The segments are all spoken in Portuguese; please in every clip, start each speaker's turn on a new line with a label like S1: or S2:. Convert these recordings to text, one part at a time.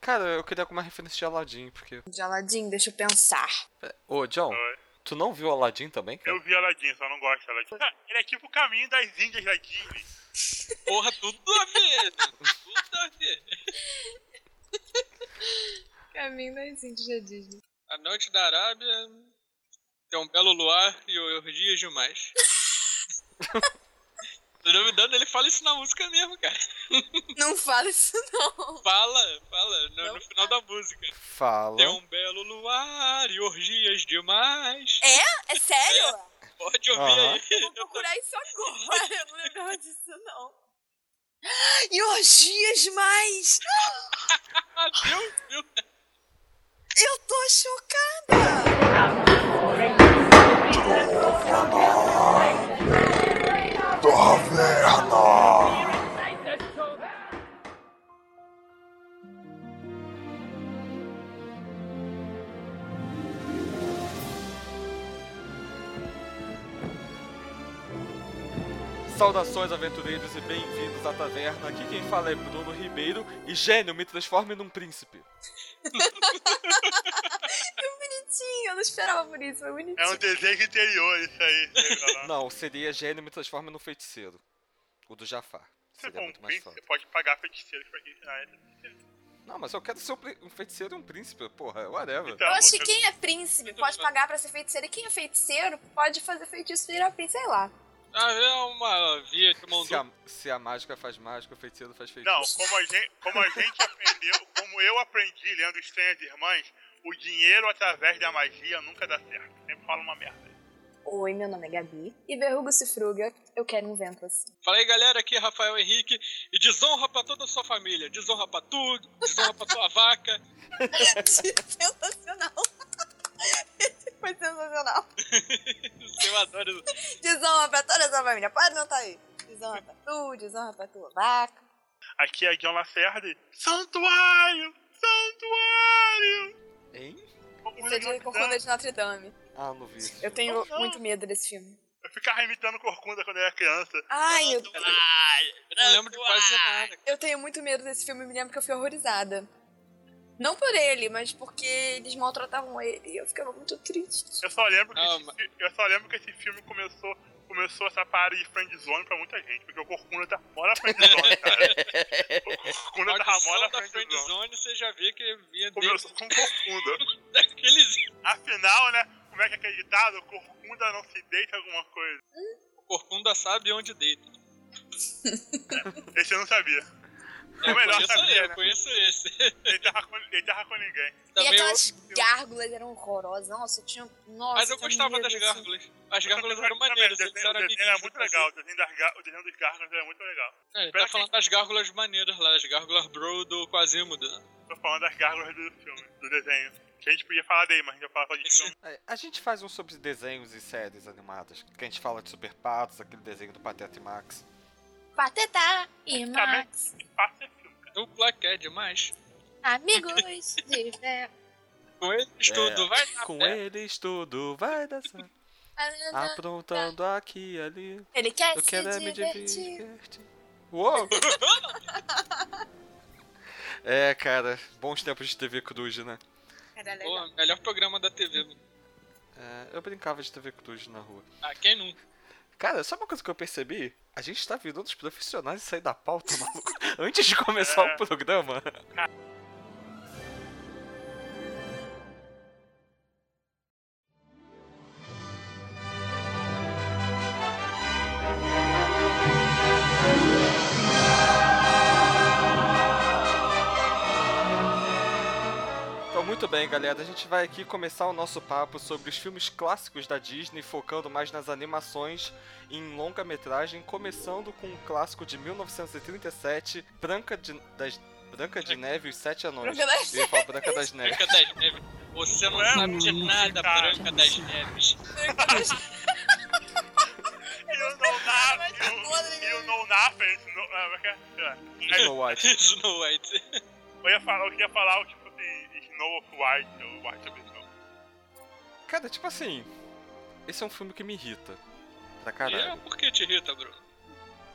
S1: Cara, eu queria alguma referência de Aladdin, porque. é,
S2: De Aladdin, deixa eu pensar.
S1: Ô, John,
S3: Oi.
S1: tu não viu Aladdin também? Cara?
S3: Eu vi Aladdin, só não gosto de Aladdin. Ele é tipo o caminho das Índias da Disney.
S4: Porra, tudo a ver. né? Tudo a ver.
S2: Caminho das Índias da Disney.
S4: A noite da Arábia tem um belo luar e o os dias demais. Se não me engano, ele fala isso na música mesmo, cara.
S2: Não fala isso, não.
S4: Fala, fala, no,
S2: Não
S4: no final da música.
S1: Fala.
S4: Tem um belo luar e orgias demais.
S2: É? É sério?
S4: Pode ouvir
S1: Aham.
S4: aí.
S2: Vou procurar isso agora. Eu não lembrava disso, não. E orgias mais!
S4: Ah, Deus, Deus.
S2: Eu tô chocada!
S1: Saudações, aventureiros, e bem-vindos à taverna. Aqui quem fala é Bruno Ribeiro e gênio, me transforme num príncipe.
S2: Bonitinho, eu não esperava por isso, foi bonitinho.
S3: É um desejo interior isso aí. sei tá lá.
S1: Não, seria gênio, me transforme num feiticeiro. O do Jafar.
S3: Você
S1: Seria
S3: for um
S1: é muito mais
S3: príncipe,
S1: foda.
S3: você pode pagar feiticeiros pra quem Ah, é. ensinar ele.
S1: Não, mas eu quero ser um pri- um feiticeiro e um príncipe, porra, whatever.
S3: Então,
S2: Eu acho que
S3: você-
S2: quem é príncipe pode pagar pra ser feiticeiro e quem é feiticeiro pode fazer feitiço virar príncipe, sei lá.
S4: Ah, é uma via de mão
S1: Se
S4: dupla.
S1: a, se a mágica faz mágica, o feiticeiro faz feitiço.
S3: Não, como a gente, como a gente aprendeu, como eu aprendi lendo Estranhas Irmãs, o dinheiro através da magia nunca dá certo. Sempre fala uma merda.
S2: Oi, meu nome é Gabi. E verrugo se fruga, eu quero um vento assim.
S4: Fala aí, galera, aqui é Rafael Henrique. E desonra pra toda a sua família. Desonra pra tu, desonra pra tua vaca.
S2: sensacional! Esse foi sensacional.
S4: Eu adoro.
S2: Desonra pra toda a sua família, pode não tá aí. Desonra pra tu, desonra pra tua vaca.
S3: Aqui é John Lacerda. e- Santuário! Santuário!
S1: Hein?
S3: Vamos
S2: Isso é de
S3: levantar.
S2: Corcunda de Notre Dame.
S1: Ah, não vi isso.
S2: Eu tenho
S3: Oh, não.
S2: muito medo desse filme.
S3: Eu ficava imitando Corcunda quando eu era criança.
S2: Ai, meu Deus.
S4: Eu não lembro de quase nada.
S2: Eu tenho muito medo desse filme, me lembro que eu fui horrorizada. Não por ele, mas porque eles maltratavam ele e eu ficava muito triste.
S3: Eu só lembro que,
S4: Ah,
S3: esse,
S4: mas-
S3: fi- eu só lembro que esse filme começou, começou essa parada de friendzone pra muita gente, porque o Corcunda tá fora da friendzone, cara. O Corcunda tá
S4: Maldição
S3: fora da
S4: da
S3: friendzone.
S4: friendzone, você já vê que vinha dentro
S3: Começou com Corcunda.
S4: daqueles...
S3: Afinal, né, como é que é acreditado? Corcunda não se deita alguma coisa.
S4: Corcunda sabe onde deita.
S3: Esse eu não sabia.
S4: Eu
S3: Ou melhor,
S4: conheço,
S3: sabia,
S4: eu
S3: né?
S4: conheço esse.
S3: Deitava com, deitava com ninguém.
S2: e
S4: Também eu-
S2: aquelas gárgulas eram horrorosas. Nossa, eu tinha. Nossa,
S4: Mas eu
S2: tinha
S4: gostava
S2: medo,
S4: das
S2: assim.
S4: gárgulas. As gárgulas eram
S3: Também,
S4: maneiras,
S3: o
S4: eles
S3: desenho,
S4: eram
S3: o desenho era
S4: amiguinhos.
S3: muito legal, o desenho, das gar- o desenho dos Gargos era muito legal.
S4: É,
S3: Pera
S4: ele tá
S3: que-
S4: falando das gárgulas maneiras lá, as gárgulas bro do Quasimodo.
S3: Tô falando das Gargos do filme, do desenho. Que a gente podia falar daí, mas a gente vai falar só de filme.
S1: É, A gente faz um sobre desenhos e séries animadas. Que a gente fala de Super Patos, aquele desenho do Pateta e Max.
S2: Pateta
S4: É,
S2: e
S3: Tá bem.
S2: Max,
S3: Passa esse filme, cara.
S4: No plaqué é demais.
S2: amigos de fé.
S4: Com ele estudo, vai na
S1: Com
S4: fé.
S1: eles tudo vai dançar. Ah, Aprontando aqui e ali.
S2: Ele quer
S1: Eu
S2: se
S1: quero é me
S2: divertir.
S1: divertir. Uou! É, cara, bons tempos de TV Cruz, né?
S2: Era
S4: Pô,
S2: legal.
S4: melhor programa da TV.
S1: É, eu brincava de TV Cruz na rua.
S4: Ah, quem nunca?
S1: Cara, sabe uma coisa que eu percebi? A gente tá virando os profissionais e sair da pauta, maluco. Antes de começar
S3: É.
S1: o programa. Então, muito bem, galera. A gente vai aqui começar o nosso papo sobre os filmes clássicos da Disney, focando mais nas animações e em longa-metragem, começando com o clássico de 1937, Branca de, das- Branca de Neve e os Sete Anões.
S2: Branca das
S1: Eu ia falar Branca das Neves.
S4: Branca das Neves. Você não
S3: Não é
S4: sabe de
S3: música.
S4: nada, Branca das Neves.
S3: You know nothing,
S2: Mas tá podre,
S3: you,
S2: né?
S3: you know nothing. you know- ah, como é que é? Sei lá.
S1: Snow White.
S4: Snow White.
S3: Eu ia falar, eu queria falar o tipo assim, Snow of White, ou White of Snow.
S1: Cara, tipo assim, esse é um filme que me irrita. Pra
S4: E é
S1: caralho.
S4: por que te irrita, Bruno?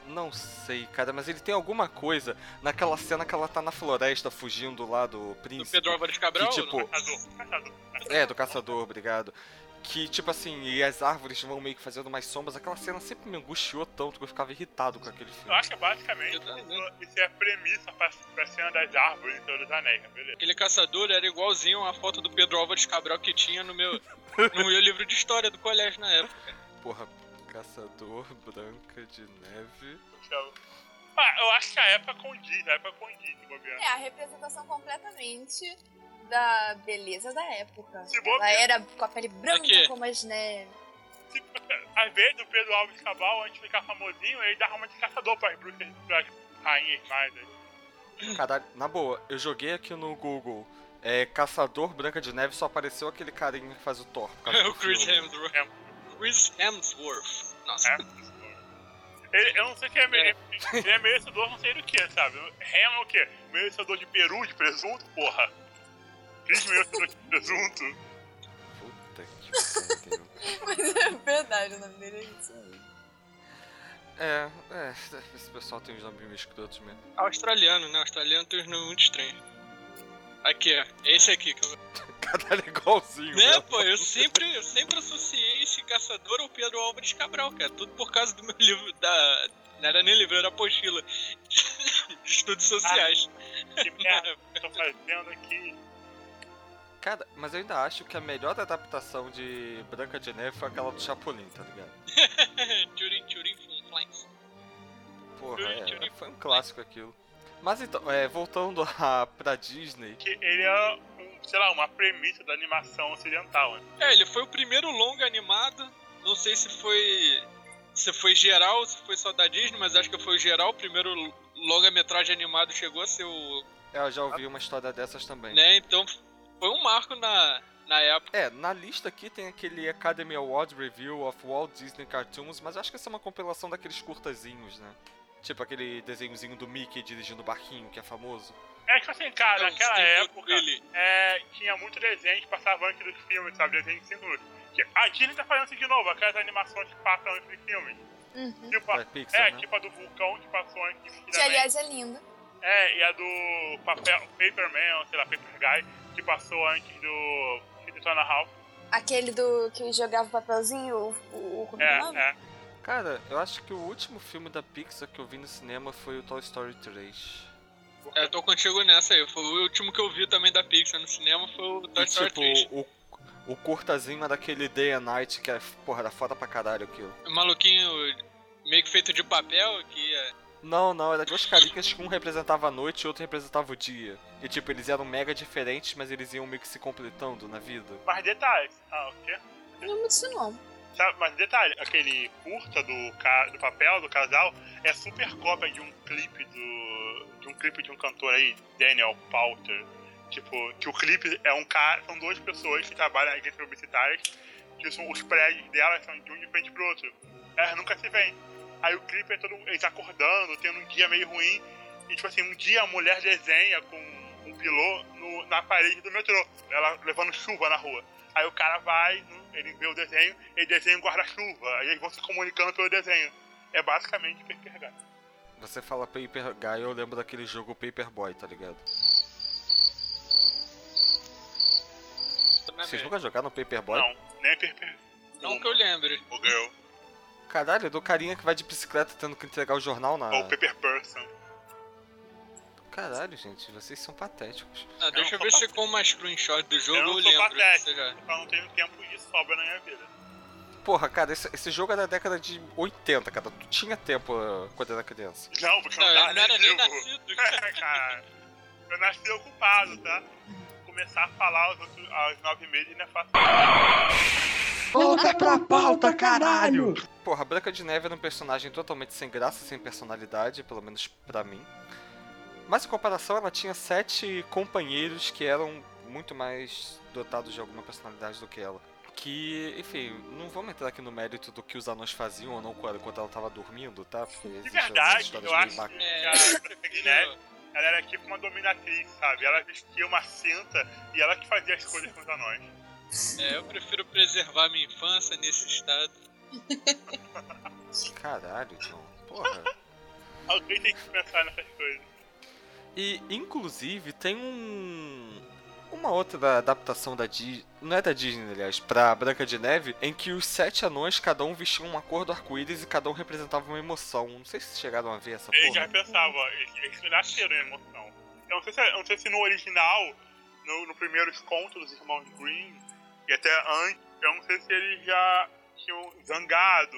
S1: Não sei, cara, mas ele tem alguma coisa naquela cena que ela tá na floresta fugindo lá do
S4: Do
S1: príncipe.
S4: Pedro Álvares Cabral?
S1: que, tipo,
S4: não?
S3: Caçador, caçador.
S1: É, do caçador, obrigado. Que, tipo assim, e as árvores vão meio que fazendo umas sombras. Aquela cena sempre me angustiou tanto que eu ficava irritado com aquele
S3: Eu
S1: filme.
S3: acho que é basicamente
S4: Eu também. né?
S3: isso, isso é a premissa pra, pra cena das árvores em Senhor dos Anéis, né? beleza?
S4: Aquele caçador era igualzinho a foto do Pedro Álvares Cabral que tinha no meu, no meu livro de história do colégio na época.
S1: Porra, caçador, branca de neve.
S3: Então, ah, eu acho que a época condiz, a época condiz, se bobear. né?
S2: É a representação completamente da beleza da época.
S3: Se bobear.
S2: Ela era com a pele branca
S4: Aqui.
S2: como as neves.
S3: Às vezes o Pedro Alves Cabral, antes de ficar famosinho, ele dava uma de caçador pras bruxas, pras rainhas mais. né?
S1: Caralho, na boa, eu joguei aqui no Google. É, caçador Branca de Neve só apareceu aquele carinha que faz o Thor. por causa
S4: o
S1: do
S4: Chris
S1: filme.
S4: Hemsworth. Chris Hemsworth. Nossa.
S3: É. Ele, eu não sei o que é, meio. Ele é merecedor, não sei do que, sabe? Ham é o quê? Merecedor de peru, de presunto, porra. Cris merecedor de presunto.
S1: Puta que pariu.
S2: Mas é verdade, o nome dele é isso aí.
S1: É, é, esse pessoal tem uns nomes meio escrotos mesmo.
S4: Australiano, né? Australiano tem uns nomes muito estranhos. Aqui, ó. É Esse aqui. Que eu...
S1: Caralho, Tá igualzinho.
S4: Né,
S1: mesmo.
S4: pô? Eu sempre, eu sempre associei esse caçador ao Pedro Álvares Cabral, cara. Tudo por causa do meu livro da... Não era nem livro, era apostila. De estudos sociais.
S3: Que merda que eu tô fazendo aqui.
S1: Cara, mas eu ainda acho que a melhor adaptação de Branca de Neve foi aquela do Chapolin, tá ligado?
S4: Turing, Turing, Flum, Flanks.
S1: Porra, é, foi um clássico aquilo. Mas então, é, voltando a, pra Disney,
S3: Que ele é, um, sei lá, uma premissa da animação ocidental, né?
S4: É, ele foi o primeiro longa animado. Não sei se foi. Se foi geral, se foi só da Disney, mas acho que foi geral. O primeiro longa-metragem animado chegou a ser o.
S1: eu já ouvi uma história dessas também.
S4: Né? Então foi um marco na, na época.
S1: É, na lista aqui tem aquele Academy Award Review of Walt Disney Cartoons, mas eu acho que essa é uma compilação daqueles curtazinhos, né? Tipo aquele desenhozinho do Mickey dirigindo o barquinho, que é famoso.
S3: É que assim, cara,
S4: Então,
S3: naquela
S4: Steve
S3: época
S4: Willy.
S3: é, tinha muito desenho que passava antes dos filmes, sabe? Desenho de 5 minutos. Que- A Disney tá fazendo isso de novo, aquelas animações que passam antes dos filmes.
S2: Uhum.
S3: Tipo,
S4: Ah,
S3: a-
S1: Da Pixar,
S3: é,
S1: né?
S3: tipo a do vulcão que passou antes de
S2: Que, aliás, é linda.
S3: É, e a do papel, Paperman, sei lá, Paper Guy, que passou antes do Detona Ralph.
S2: Aquele do que jogava o papelzinho, o, o, o como é o nome?
S3: É, é.
S1: Cara, eu acho que o último filme da Pixar que eu vi no cinema foi o Toy Story 3.
S4: É, eu tô contigo nessa aí. Foi o último que eu vi também da Pixar no cinema foi o Toy
S1: E
S4: Story
S1: tipo,
S4: 3.
S1: o, o curtazinho é daquele Day and Night, que é, porra, era foda pra caralho aquilo.
S4: O Um maluquinho meio que feito de papel, que é, ia-
S1: Não, não, era duas carinhas que um representava a noite e outro representava o dia. E tipo, eles eram mega diferentes, mas eles iam meio que se completando na vida.
S3: Mas detalhes. Ah, o quê?
S2: Não lembro disso, não.
S3: Sabe, mas detalhe, aquele curta do, ca- do papel do casal é super cópia de um clipe do. de um clipe de um cantor aí, Daniel Powter. Tipo, que o clipe é um cara. São duas pessoas que trabalham em agências publicitárias, que são, os prédios delas são de um de frente pro outro. Elas nunca se veem. Aí o clipe é todo. Eles acordando, tendo um dia meio ruim. E tipo assim, um dia a mulher desenha com um pilô no- na parede do metrô. Ela levando chuva na rua. Aí o cara vai, no- ele vê o desenho, ele desenha um guarda-chuva. Aí eles vão se comunicando pelo desenho. É basicamente Paper Guy.
S1: Você fala Paper Guy, eu lembro daquele jogo Paperboy, tá ligado?
S4: né,
S1: Vocês
S4: velho?
S1: nunca jogaram Paperboy?
S3: é Não, nem é Paper
S4: Não que eu lembre.
S3: Ou Girl.
S1: Caralho, é do carinha que vai de bicicleta tendo que entregar o jornal na.
S3: Ou Paper Person.
S1: Caralho, gente, vocês são patéticos.
S4: Ah, deixa eu
S3: não
S4: ver
S3: sou
S4: se com uma screenshot do jogo
S3: Eu não
S4: eu,
S3: sou
S4: lembro.
S3: patético.
S4: Ou seja,
S3: Eu não tenho tempo de sobra na minha vida.
S1: Porra, cara, esse, esse jogo é da década de 80, cara. Tu tinha tempo eh, quando era criança.
S3: Não, porque
S4: Não,
S3: não, dá
S4: eu É, não era nem
S3: vivo.
S4: nascido.
S3: Cara, eu nasci ocupado, tá? Começar a falar aos, outros, aos nove meses ainda é fácil.
S5: Volta pra pauta, caralho!
S1: Porra, Branca de Neve era um personagem totalmente sem graça, sem personalidade, pelo menos pra mim. Mas em comparação, ela tinha sete companheiros que eram muito mais dotados de alguma personalidade do que ela. Que, enfim, não vamos entrar aqui no mérito do que os anões faziam ou não com ela enquanto ela tava dormindo, tá? Porque
S3: De
S1: existem algumas
S3: verdade,
S1: histórias
S3: eu
S1: meio
S3: acho
S1: bac-
S3: que
S4: É.
S3: a Branca de Neve
S4: eu-
S3: Ela era tipo uma dominatriz, sabe? Ela vestia uma cinta e ela que fazia as coisas com os anões.
S4: é, eu prefiro preservar minha infância nesse estado.
S1: Caralho, John. Porra.
S3: Alguém tem que pensar nessas coisas.
S1: E, inclusive, tem um. Uma outra adaptação da Disney. Não é da Disney, aliás, pra Branca de Neve, em que os sete anões, cada um vestia uma cor do arco-íris e cada um representava uma emoção. Não sei se chegaram a ver essa
S3: Eles já
S1: porra.
S3: pensavam, eles, eles nasceram em emoção. Eu não sei se, é, eu não sei se no original, no, no primeiro conto dos irmãos Green, e até antes, eu não sei se eles já tinham zangado,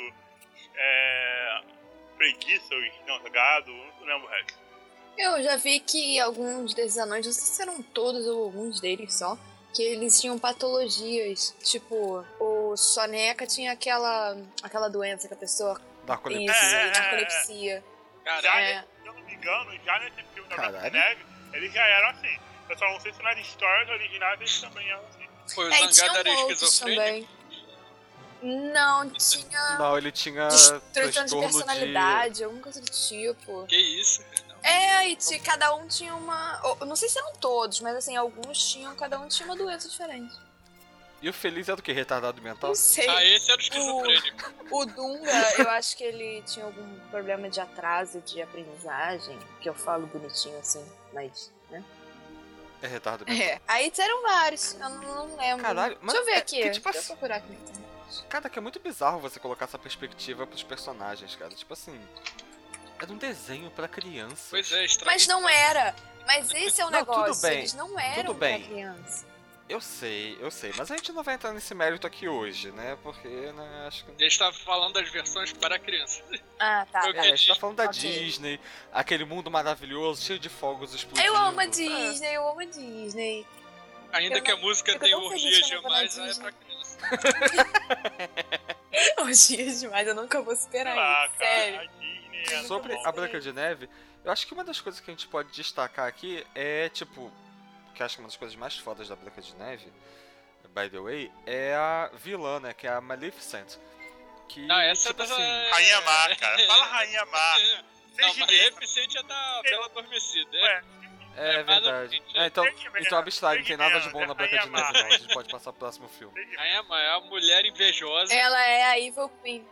S3: é, preguiçosos, não, zangado, não lembro é, o resto.
S2: Eu já vi que alguns desses anões, não sei se eram todos ou alguns deles só, que eles tinham patologias. Tipo, o Soneca tinha aquela, aquela doença que a pessoa
S1: Da coleção.
S2: tem,
S3: narcolepsia.
S4: É.
S2: assim, narcolepsia.
S3: Já,
S2: É.
S3: nesse- se eu não me engano, já nesse filme da Branca de
S1: Caralho.
S3: Neve, eles já eram assim. Eu só não sei se nas histórias originais eles também eram assim.
S4: Foi o
S2: Aí
S4: Zangado era
S2: tinham outros
S4: esquizofrênico.
S2: um também. Não, tinha
S1: Não, ele tinha
S2: destruição de
S1: Ah, transtorno
S2: personalidade, alguma coisa do tipo.
S4: Que isso?
S2: É, e ti- cada um tinha uma. ou- Não sei se eram todos, mas assim, alguns tinham, cada um tinha uma doença diferente.
S1: E o Feliz era o que? Retardado mental?
S2: Não sei.
S4: Ah, esse era o esquizofrênico.
S2: O Dunga, eu acho que ele tinha algum problema de atraso de aprendizagem, que eu falo bonitinho assim, mas. Né?
S1: É retardo mental.
S2: É. Aí disseram vários, eu não, não lembro.
S1: Caralho, mas
S2: Deixa eu ver
S1: é
S2: aqui.
S1: que, tipo
S2: Deixa eu
S1: assim-
S2: procurar aqui na internet.
S1: Cara, que é muito bizarro você colocar essa perspectiva pros personagens, cara. Tipo assim. Era um desenho pra criança.
S4: Pois é, estranho.
S2: Mas não era. Mas esse é o
S1: Não, tudo
S2: negócio.
S1: bem,
S2: Eles não eram
S1: tudo bem.
S2: pra criança.
S1: Eu sei, eu sei. Mas a gente não vai entrar nesse mérito aqui hoje, né? Porque, né, acho que.
S4: Ele estava falando das versões para criança.
S2: Ah, tá.
S4: Eu
S1: É, a gente tá falando da
S2: Ok.
S1: Disney, aquele mundo maravilhoso, cheio de fogos explodindo.
S2: Eu amo a Disney, eu amo a Disney.
S4: Ainda
S2: Eu
S4: que a
S2: não-
S4: música
S2: fico
S4: tenha
S2: tão feliz
S4: orgias
S2: que eu não vou na
S4: demais, ah, é
S2: Disney.
S4: pra criança.
S2: Hoje é demais, eu nunca vou superar
S3: Ah,
S2: isso.
S3: cara,
S2: Sério.
S3: a Disney era é, muito
S1: Sobre
S3: bom.
S1: a Branca de Neve, eu acho que uma das coisas que a gente pode destacar aqui é, tipo, que eu acho que uma das coisas mais fodas da Branca de Neve, by the way, é a vilã, né? Que é a Maleficent. Que,
S4: Ah, essa
S1: tipo
S4: é da...
S1: assim,
S3: Rainha Má, cara. Fala Rainha Má.
S4: Não,
S3: Seja bem.
S4: Maleficent é da Bela Adormecida. É.
S3: Ué,
S1: é,
S4: é
S1: verdade.
S4: Maleficent,
S1: É, então,
S3: Seja bem.
S1: então abstrai, não tem nada de bom na
S3: Seja
S1: Branca de
S3: bem.
S1: Neve, não. A gente pode passar pro próximo filme.
S4: Rainha Má é a mulher invejosa.
S2: Ela é a Evil Queen.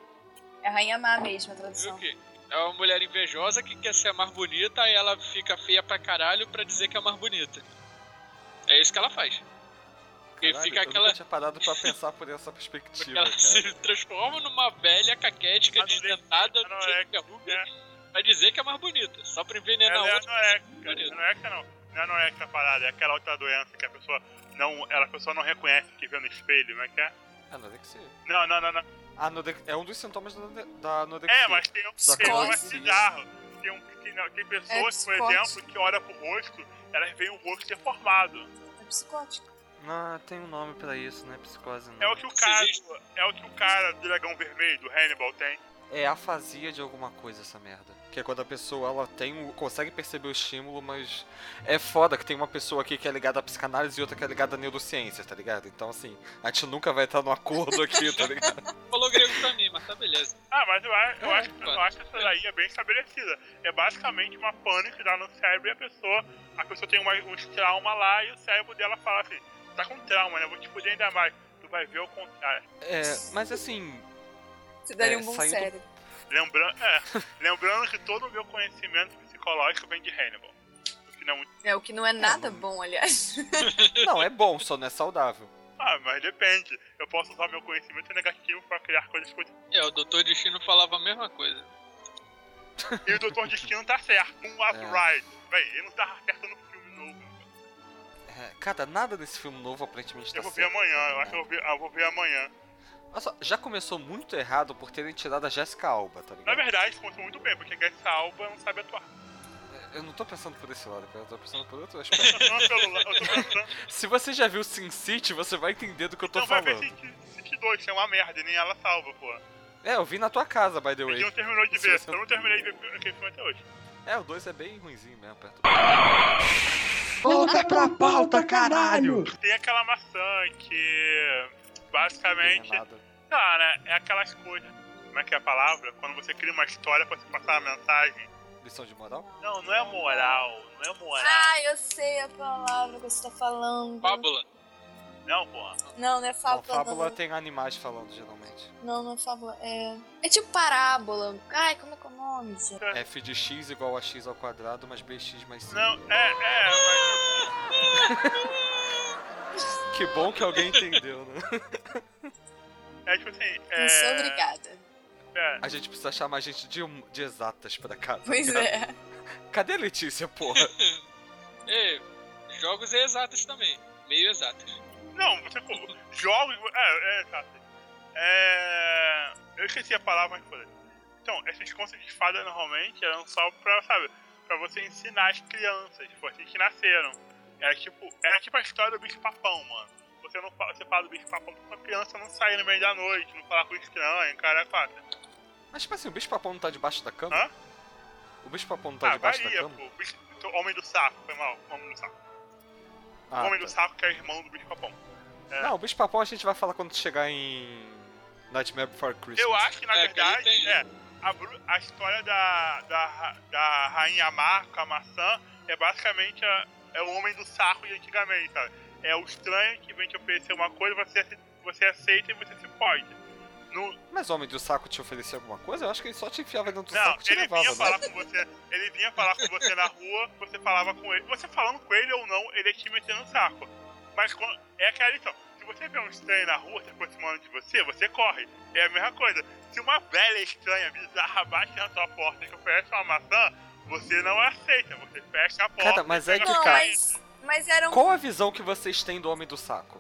S2: É a Rainha Má mesmo, a
S4: Viu
S2: tradução.
S4: que? É uma mulher invejosa que quer ser a mais bonita aí ela fica feia pra caralho pra dizer que é a mais bonita. É isso que ela faz. E
S1: Caralho,
S4: fica
S1: eu
S4: aquela.
S1: nunca tinha parado pra pensar por essa perspectiva,
S4: ela
S1: cara.
S4: se transforma numa velha caquética,
S3: Adolescente,
S4: desdentada, cheia de
S3: anorexica,
S4: verruga, pra dizer que é a mais bonita. Só pra envenenar
S3: Ela é
S4: outra. pra dizer que é a mais
S3: anorexica.
S4: bonita.
S3: Anorexica não. Não é anorexica a parada, é aquela outra doença que a pessoa não, ela, a pessoa não reconhece que vê no espelho, não é que é?
S1: Anorexia.
S3: Não, não, não, não.
S1: Anode- É um dos sintomas da, da anorexia.
S3: É, mas tem um
S1: Só
S2: que
S3: tem um
S2: ela-
S3: mais bizarro. Tem, um, tem, não, tem pessoas, por
S2: psicose.
S3: exemplo, que olham pro rosto, elas veem o rosto deformado.
S2: É psicótico.
S1: Ah, tem um nome pra isso, né? Psicose não.
S3: É o que o
S4: Isso
S3: cara.
S4: existe.
S3: É o que o cara do dragão vermelho, do Hannibal, tem.
S1: É afasia de alguma coisa essa merda. Que é quando a pessoa ela tem o- consegue perceber o estímulo, mas é foda que tem uma pessoa aqui que é ligada à psicanálise e outra que é ligada à neurociência, tá ligado? Então assim, a gente nunca vai estar num acordo aqui, tá ligado?
S4: Falou grego pra mim, mas tá beleza.
S3: Ah, mas eu, a- eu,
S1: É,
S3: acho, que- eu
S4: claro.
S3: acho que essa daí é bem estabelecida. É basicamente uma pane que dá no cérebro e a pessoa, a pessoa tem uma, uns trauma lá e o cérebro dela fala assim, tá com trauma, né? Vou te fuder ainda mais. Tu vai ver o contrário.
S1: É, mas assim,
S2: Você daria
S1: É,
S2: um bom
S1: saiu do-
S2: cérebro.
S3: Lembrando, é, lembrando que todo o meu conhecimento psicológico vem de Hannibal. O que não é muito-
S2: É, o que não é nada
S1: não-
S2: bom, aliás.
S1: não, é bom, só não é saudável.
S3: Ah, mas depende. Eu posso usar meu conhecimento negativo pra criar coisas positivas.
S4: É, o Doutor Destino falava a mesma coisa.
S3: E o Dr. Destino tá certo. Um was
S1: É.
S3: right. Véi, ele não tá certo no filme novo.
S1: É, cara, nada desse filme novo aparentemente tá
S3: Eu vou ver
S1: certo.
S3: amanhã. Eu acho que eu vou ver, eu vou ver amanhã.
S1: Olha só, já começou muito errado por terem tirado a Jessica Alba, tá ligado?
S3: Na verdade, funcionou muito bem, porque essa Alba não sabe atuar.
S1: Eu não tô pensando por esse lado, cara, eu tô pensando por outro aspecto.
S3: Não, pelo- eu tô pensando.
S1: Se você já viu Sin City, você vai entender do que eu tô
S3: Não Então vai ver
S1: falando.
S3: City, City 2, que é uma merda, e nem ela salva, pô.
S1: É, eu vi na tua casa, by the
S3: A gente
S1: way.
S3: não terminou de
S1: Isso
S3: ver,
S1: você-
S3: eu não terminei de ver aquele filme até hoje.
S1: É, o 2 é bem ruimzinho mesmo, perto.
S3: Ah!
S5: Volta pra pauta, caralho!
S3: Tem aquela maçã que. Basicamente.
S1: Não é nada.
S3: Tá, né? É aquelas coisas. Como é que é a palavra? Quando você cria uma história pra se passar uma mensagem.
S1: Lição de moral?
S3: Não, não é moral. Não é moral.
S2: Ah, eu sei a palavra que você tá falando.
S4: Fábula.
S3: Não, porra.
S2: Não, não
S1: Não,
S2: é fábula.
S1: fábula
S2: não.
S1: tem animais falando, geralmente.
S2: Não, não é fábula. É... é tipo parábola. Ai, como é que é o nome? gente?
S1: f de x igual a x ao quadrado mais bx mais 5.
S3: Não, é, é, mas.
S1: Que bom que alguém entendeu, né?
S3: É tipo assim. É,
S2: Não sou obrigada.
S3: é,
S1: A gente precisa chamar gente de, hum- de exatas pra cá. tá
S2: Pois
S1: ligado?
S2: é.
S1: Cadê a Letícia, porra?
S4: Ei, jogos é exatos também. Meio exatos.
S3: Não, você como? Jogos. É, é, tá. É. Eu esqueci a palavra, mas foda Então, esses contos de fada normalmente eram só pra, sabe, pra você ensinar as crianças, tipo, assim que nasceram. Era tipo, era tipo a história do bicho papão, mano. Você não fa- você fala do bicho papão pra uma criança não sair no meio da noite, não falar com estranho, cara, é quatro.
S1: Mas tipo assim, o bicho papão não tá debaixo da cama?
S3: Hã?
S1: O bicho papão não tá
S3: Ah,
S1: debaixo da
S3: varia,
S1: cama?
S3: pô. Bicho- então, homem do saco, foi mal, homem do saco.
S1: Ah,
S3: homem
S1: tá.
S3: do saco que é irmão do bicho papão. é.
S1: Não, o bicho papão a gente vai falar quando chegar em Nightmare Before Christmas.
S3: Eu acho que, na
S4: É, que aí
S3: verdade,
S4: tem-
S3: é, a, Bru- a história da, da, ra- da Rainha Mar com a maçã é basicamente a- é o homem do saco de antigamente, sabe? É o estranho que vem te oferecer uma coisa, você, ace- você aceita e você se pode. No-
S1: Mas o homem do saco te oferecia alguma coisa? Eu acho que ele só te enfiava dentro do
S3: não,
S1: saco e te
S3: ele
S1: levava,
S3: vinha
S1: né?
S3: falar com você, ele vinha falar com você na rua, você falava com ele. Você falando com ele ou não, ele ia te meter no saco. Mas quando- é aquela lição. Se você vê um estranho na rua se aproximando de você, você corre. É a mesma coisa. Se uma velha estranha bizarra bate na sua porta e te oferece uma maçã, você não aceita, você fecha a porta.
S1: Cara, mas é que,
S2: Não,
S1: cara,
S2: mas, mas era um.
S1: Qual a visão que vocês têm do homem do saco?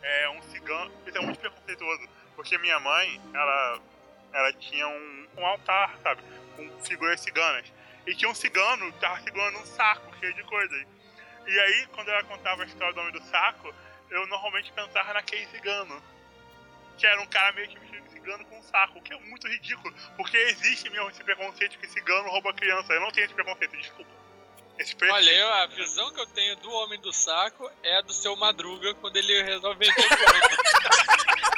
S3: é um cigano. Isso é muito preconceituoso. Porque minha mãe, ela, ela tinha um, um altar, sabe? Com figuras ciganas. E tinha um cigano que tava segurando um saco cheio de coisas. E aí, quando ela contava a história do homem do saco, eu normalmente pensava naquele cigano. Que era um cara meio que vestido de cigano com um saco, o que é muito ridículo. Porque existe mesmo esse preconceito que cigano rouba criança. Eu não tenho esse preconceito, desculpa. Esse
S4: Olha, eu- a visão que eu tenho do Homem do Saco é a do seu Madruga quando ele resolve vender o coisa.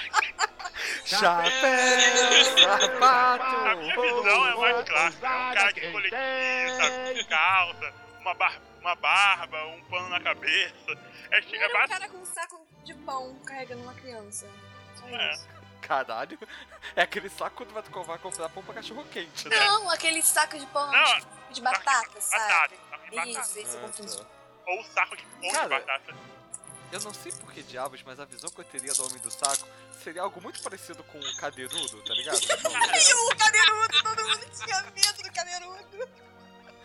S1: Chapéu,
S3: A minha visão é mais clássica. Um
S1: é
S3: cara de
S2: É.
S3: coletinha, calça, uma, bar uma barba, um pano na cabeça. É, que- é
S2: Era um
S3: básico.
S2: cara com um saco de pão carregando uma criança. Só
S3: É.
S2: isso.
S1: Caralho, é aquele saco que vai tu vai comprar pão pra cachorro quente, né?
S2: Não, aquele saco de pão
S3: é. Não,
S2: de- de batata,
S3: Batata,
S2: sabe?
S3: saco de batata.
S2: Isso, é isso eu confundi.
S1: Ah, tá.
S3: Ou saco de pão
S1: Cara,
S3: de batata.
S1: Eu não sei por que diabos, mas a visão que eu teria do homem do saco seria algo muito parecido com o cadeirudo, tá ligado?
S2: o cadeirudo, todo mundo tinha medo do cadeirudo.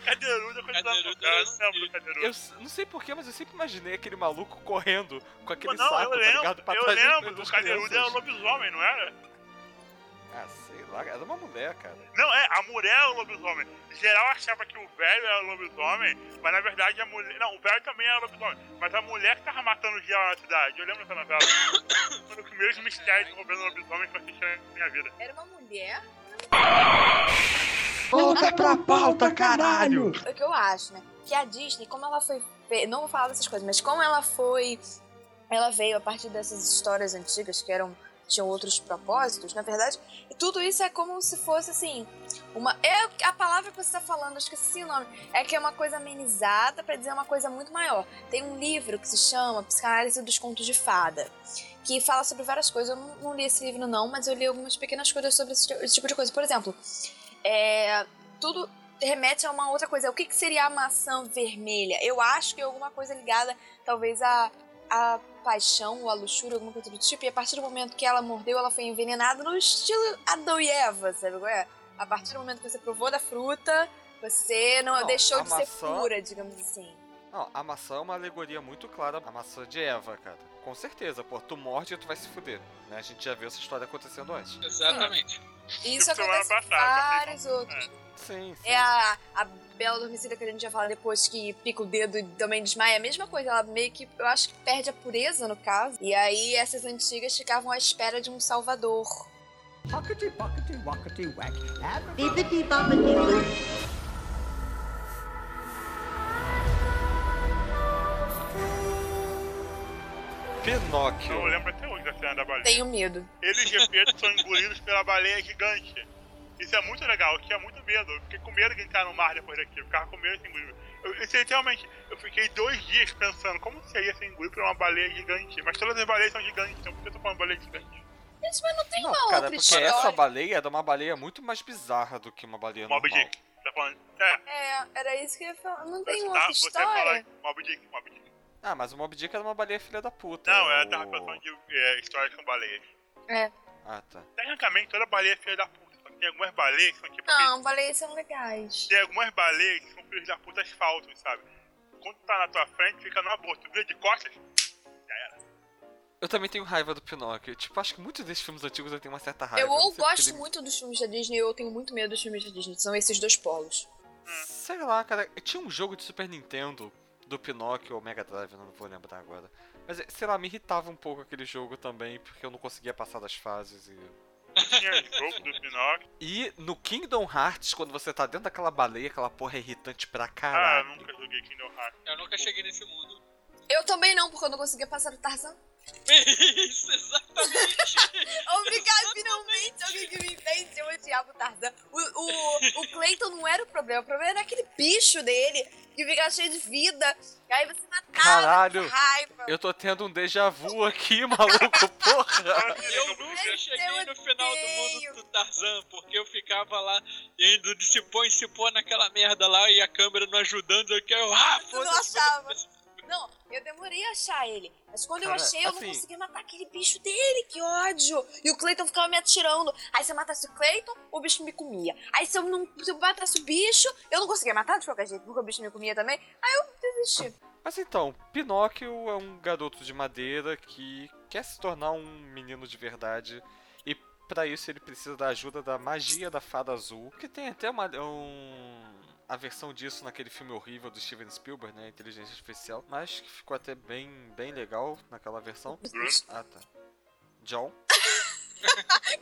S3: Cadeirudo é coisa da
S4: Cadeirudo
S3: Eu
S4: é
S3: lembro do
S4: assim.
S1: Eu
S3: cadeirudo.
S1: s- não sei porquê, mas eu sempre imaginei aquele maluco correndo com aquele
S3: não,
S1: saco,
S3: eu
S1: tá ligado?
S3: lembro,
S1: Pra
S3: eu
S1: trás das-
S3: lembro.
S1: das
S3: O é cadeirudo era o
S1: crianças.
S3: lobisomem, não era?
S1: Ah, sei lá, era uma mulher, cara.
S3: Não, é, a mulher era o lobisomem. Geral achava que o velho era o lobisomem, mas na verdade a mulher. Não, o velho também era lobisomem. Mas a mulher que tava matando o geral na cidade. Eu lembro dessa novela. Foi um dos primeiros mistérios envolvendo lobisomem que eu assisti na minha vida.
S2: Era uma mulher?
S5: Volta pra pauta, caralho!
S2: É o que eu acho, né? Que a Disney, como ela foi. fe- Não vou falar dessas coisas, mas como ela foi. Ela veio a partir dessas histórias antigas que eram tinham outros propósitos, na verdade, e tudo isso é como se fosse assim, uma é a palavra que você tá falando, eu esqueci o nome, é que é uma coisa amenizada para dizer uma coisa muito maior. Tem um livro que se chama Psicanálise dos Contos de Fada, que fala sobre várias coisas. Eu não, não li esse livro não, mas eu li algumas pequenas coisas sobre esse, ti- esse tipo de coisa. Por exemplo, é, tudo remete a uma outra coisa. O que, que seria a maçã vermelha? Eu acho que é alguma coisa ligada, talvez, à, à paixão ou à luxúria, alguma coisa do tipo. E a partir do momento que ela mordeu, ela foi envenenada no estilo Adão e Eva, sabe qual é? A partir do momento que você provou da fruta, você não,
S1: Não,
S2: deixou
S1: a
S2: de ser
S1: maçã-
S2: pura, digamos assim.
S1: Não, a maçã é uma alegoria muito clara, a maçã de Eva, cara. Com certeza, pô, tu morde e tu vai se fuder, né? A gente já viu essa história acontecendo antes.
S4: Exatamente.
S2: E
S3: Tipo
S2: Isso
S3: semana
S2: acontece em
S3: passada, tá
S2: vários outros.
S1: Sim, sim.
S2: É a, a Bela Adormecida que a gente já falar depois que pica o dedo e também desmaia. É a mesma coisa, ela meio que, eu acho que perde a pureza no caso. E aí essas antigas ficavam à espera de um salvador.
S5: Pockety, pockety, wackety, wack.
S6: Bibbidi bobbidi boo.
S3: Então, Eu
S1: Pinóquio.
S3: lembro até hoje da cena da baleia.
S2: Tenho medo.
S3: Eles de repente são engolidos pela baleia gigante. Isso é muito legal, eu tinha muito medo. Eu Fiquei com medo de entrar no mar depois daquilo. eu Ficava com medo de ser engolido. Eu, eu, realmente, eu fiquei dois dias pensando como seria se engolir por uma baleia gigante. Mas todas as baleias são gigantes, então por que eu tô falando baleia gigante?
S2: Gente, mas não tem
S1: Não,
S2: uma
S1: cara,
S2: outra
S1: porque
S2: história.
S1: essa baleia era uma baleia muito mais bizarra do que uma baleia
S3: Mob
S1: normal.
S3: Dick. Tá falando. É,
S2: É, era isso que eu ia falar. Não tem
S3: tá,
S2: outra
S3: você fala
S2: história.
S3: Mob Dick, Mob Dick.
S1: Ah, mas o Mob Dick era uma baleia filha da puta.
S3: Não, é
S1: era
S3: ela tava falando de é, histórias com baleias.
S2: É.
S1: Ah, tá.
S3: Tecnicamente, toda baleia é filha da puta. Só que tem algumas baleias que são tipo.
S2: Não, baleias são legais.
S3: Tem algumas baleias que são filhos da puta falsos, sabe? Quando tá na tua frente, fica numa boa. Tu vira de costas,
S1: Eu também tenho raiva do Pinóquio. Tipo, acho que muitos desses filmes antigos eu tenho uma certa raiva.
S2: Ah, Eu ou
S1: não sei
S2: gosto
S1: porque ele-
S2: muito dos filmes da Disney ou eu tenho muito medo dos filmes da Disney. São esses dois polos.
S1: Sei lá, cara. Tinha um jogo de Super Nintendo do Pinóquio ou Mega Drive, não vou lembrar agora. Mas, sei lá, me irritava um pouco aquele jogo também, porque eu não conseguia passar das fases e...
S3: tinha jogo do Pinóquio.
S1: E no Kingdom Hearts, quando você tá dentro daquela baleia, aquela porra é irritante pra
S3: Ah,
S1: caralho.
S3: eu nunca joguei Kingdom Hearts.
S4: Eu nunca cheguei nesse mundo.
S2: Eu também não, porque eu não conseguia passar do Tarzan.
S4: Isso, exatamente.
S2: Obrigado, finalmente alguém que me entende. Eu odiava o Tarzan. O, o, o Clayton não era o problema. O problema era aquele bicho dele que ficava cheio de vida. E aí você matava.
S1: Caralho.
S2: que Raiva.
S1: Eu tô tendo um déjà vu aqui, maluco,
S3: Ah,
S1: porra!
S4: Eu nunca cheguei no final do mundo do Tarzan, porque eu ficava lá indo de cipó em cipó naquela merda lá e a câmera não ajudando. Eu, eu ah,
S2: Eu não
S4: foda-se,
S2: achava. Não, eu demorei a achar ele. Mas quando eu
S1: Cara,
S2: achei, eu
S1: assim-
S2: não consegui matar aquele bicho dele. Que ódio! E o Clayton ficava me atirando. Aí se eu matasse o Clayton, o bicho me comia. Aí se eu, não, se eu matasse o bicho, eu não conseguia matar de qualquer jeito, porque o bicho me comia também. Aí eu desisti.
S1: Mas então, Pinóquio é um garoto de madeira que quer se tornar um menino de verdade. E pra isso ele precisa da ajuda da magia da fada azul. Que tem até uma. Um, a versão disso naquele filme horrível do Steven Spielberg, né? Inteligência Artificial. Mas que ficou até bem, bem legal naquela versão. Ah tá. John.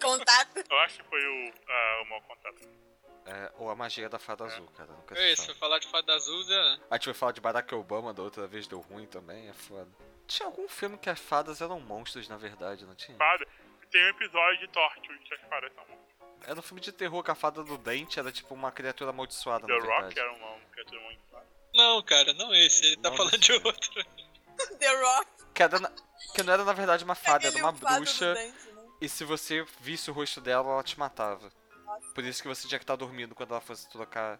S2: Contato.
S3: Eu acho que foi o, ah, o mau contato.
S1: É, ou a magia da fada azul, cara. Nunca
S4: É
S1: se
S4: isso,
S1: sabe.
S4: falar de fada azul é.
S1: A gente vai falar de Barack Obama da outra vez, deu ruim também, é foda. Tinha algum filme que as fadas eram monstros, na verdade, não tinha?
S3: Fada, tem um episódio de Torture que as fadas são monstros.
S1: Era um filme de terror com a fada do dente, era tipo uma criatura amaldiçoada,
S3: The
S1: na
S3: Rock
S1: verdade.
S3: era uma uma criatura muito fada.
S4: Não, cara, não esse. Ele tá
S1: Não,
S4: falando de
S1: desse
S4: outro.
S2: The Rock.
S1: Que, era na- que não era, na verdade, uma fada, era
S2: aquele
S1: uma
S2: é um fado do
S1: bruxa,
S2: Dante, né?
S1: e se você visse o rosto dela, ela te matava. Por isso que você tinha que estar dormindo quando ela fosse trocar.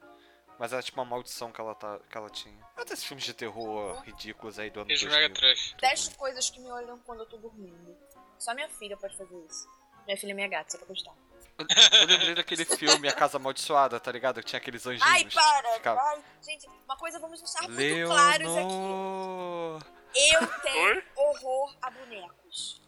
S1: Mas era tipo uma maldição que ela, tá, que ela tinha. Até esses filmes de terror ridículos aí do ano
S4: Esse mega
S1: 2000.
S4: trash.
S2: Dez coisas que me olham quando eu tô dormindo. Só minha filha pode fazer isso. Minha filha é minha gata, só pra gostar.
S1: Eu lembrei daquele filme A Casa Amaldiçoada, tá ligado? Que tinha aqueles anjinhos.
S2: Ai,
S1: que
S2: para!
S1: ficavam-
S2: Ai, gente, uma coisa vamos deixar Tá muito claros aqui.
S1: Leonor!
S2: Eu tenho
S3: Oi?
S2: horror a bonecos.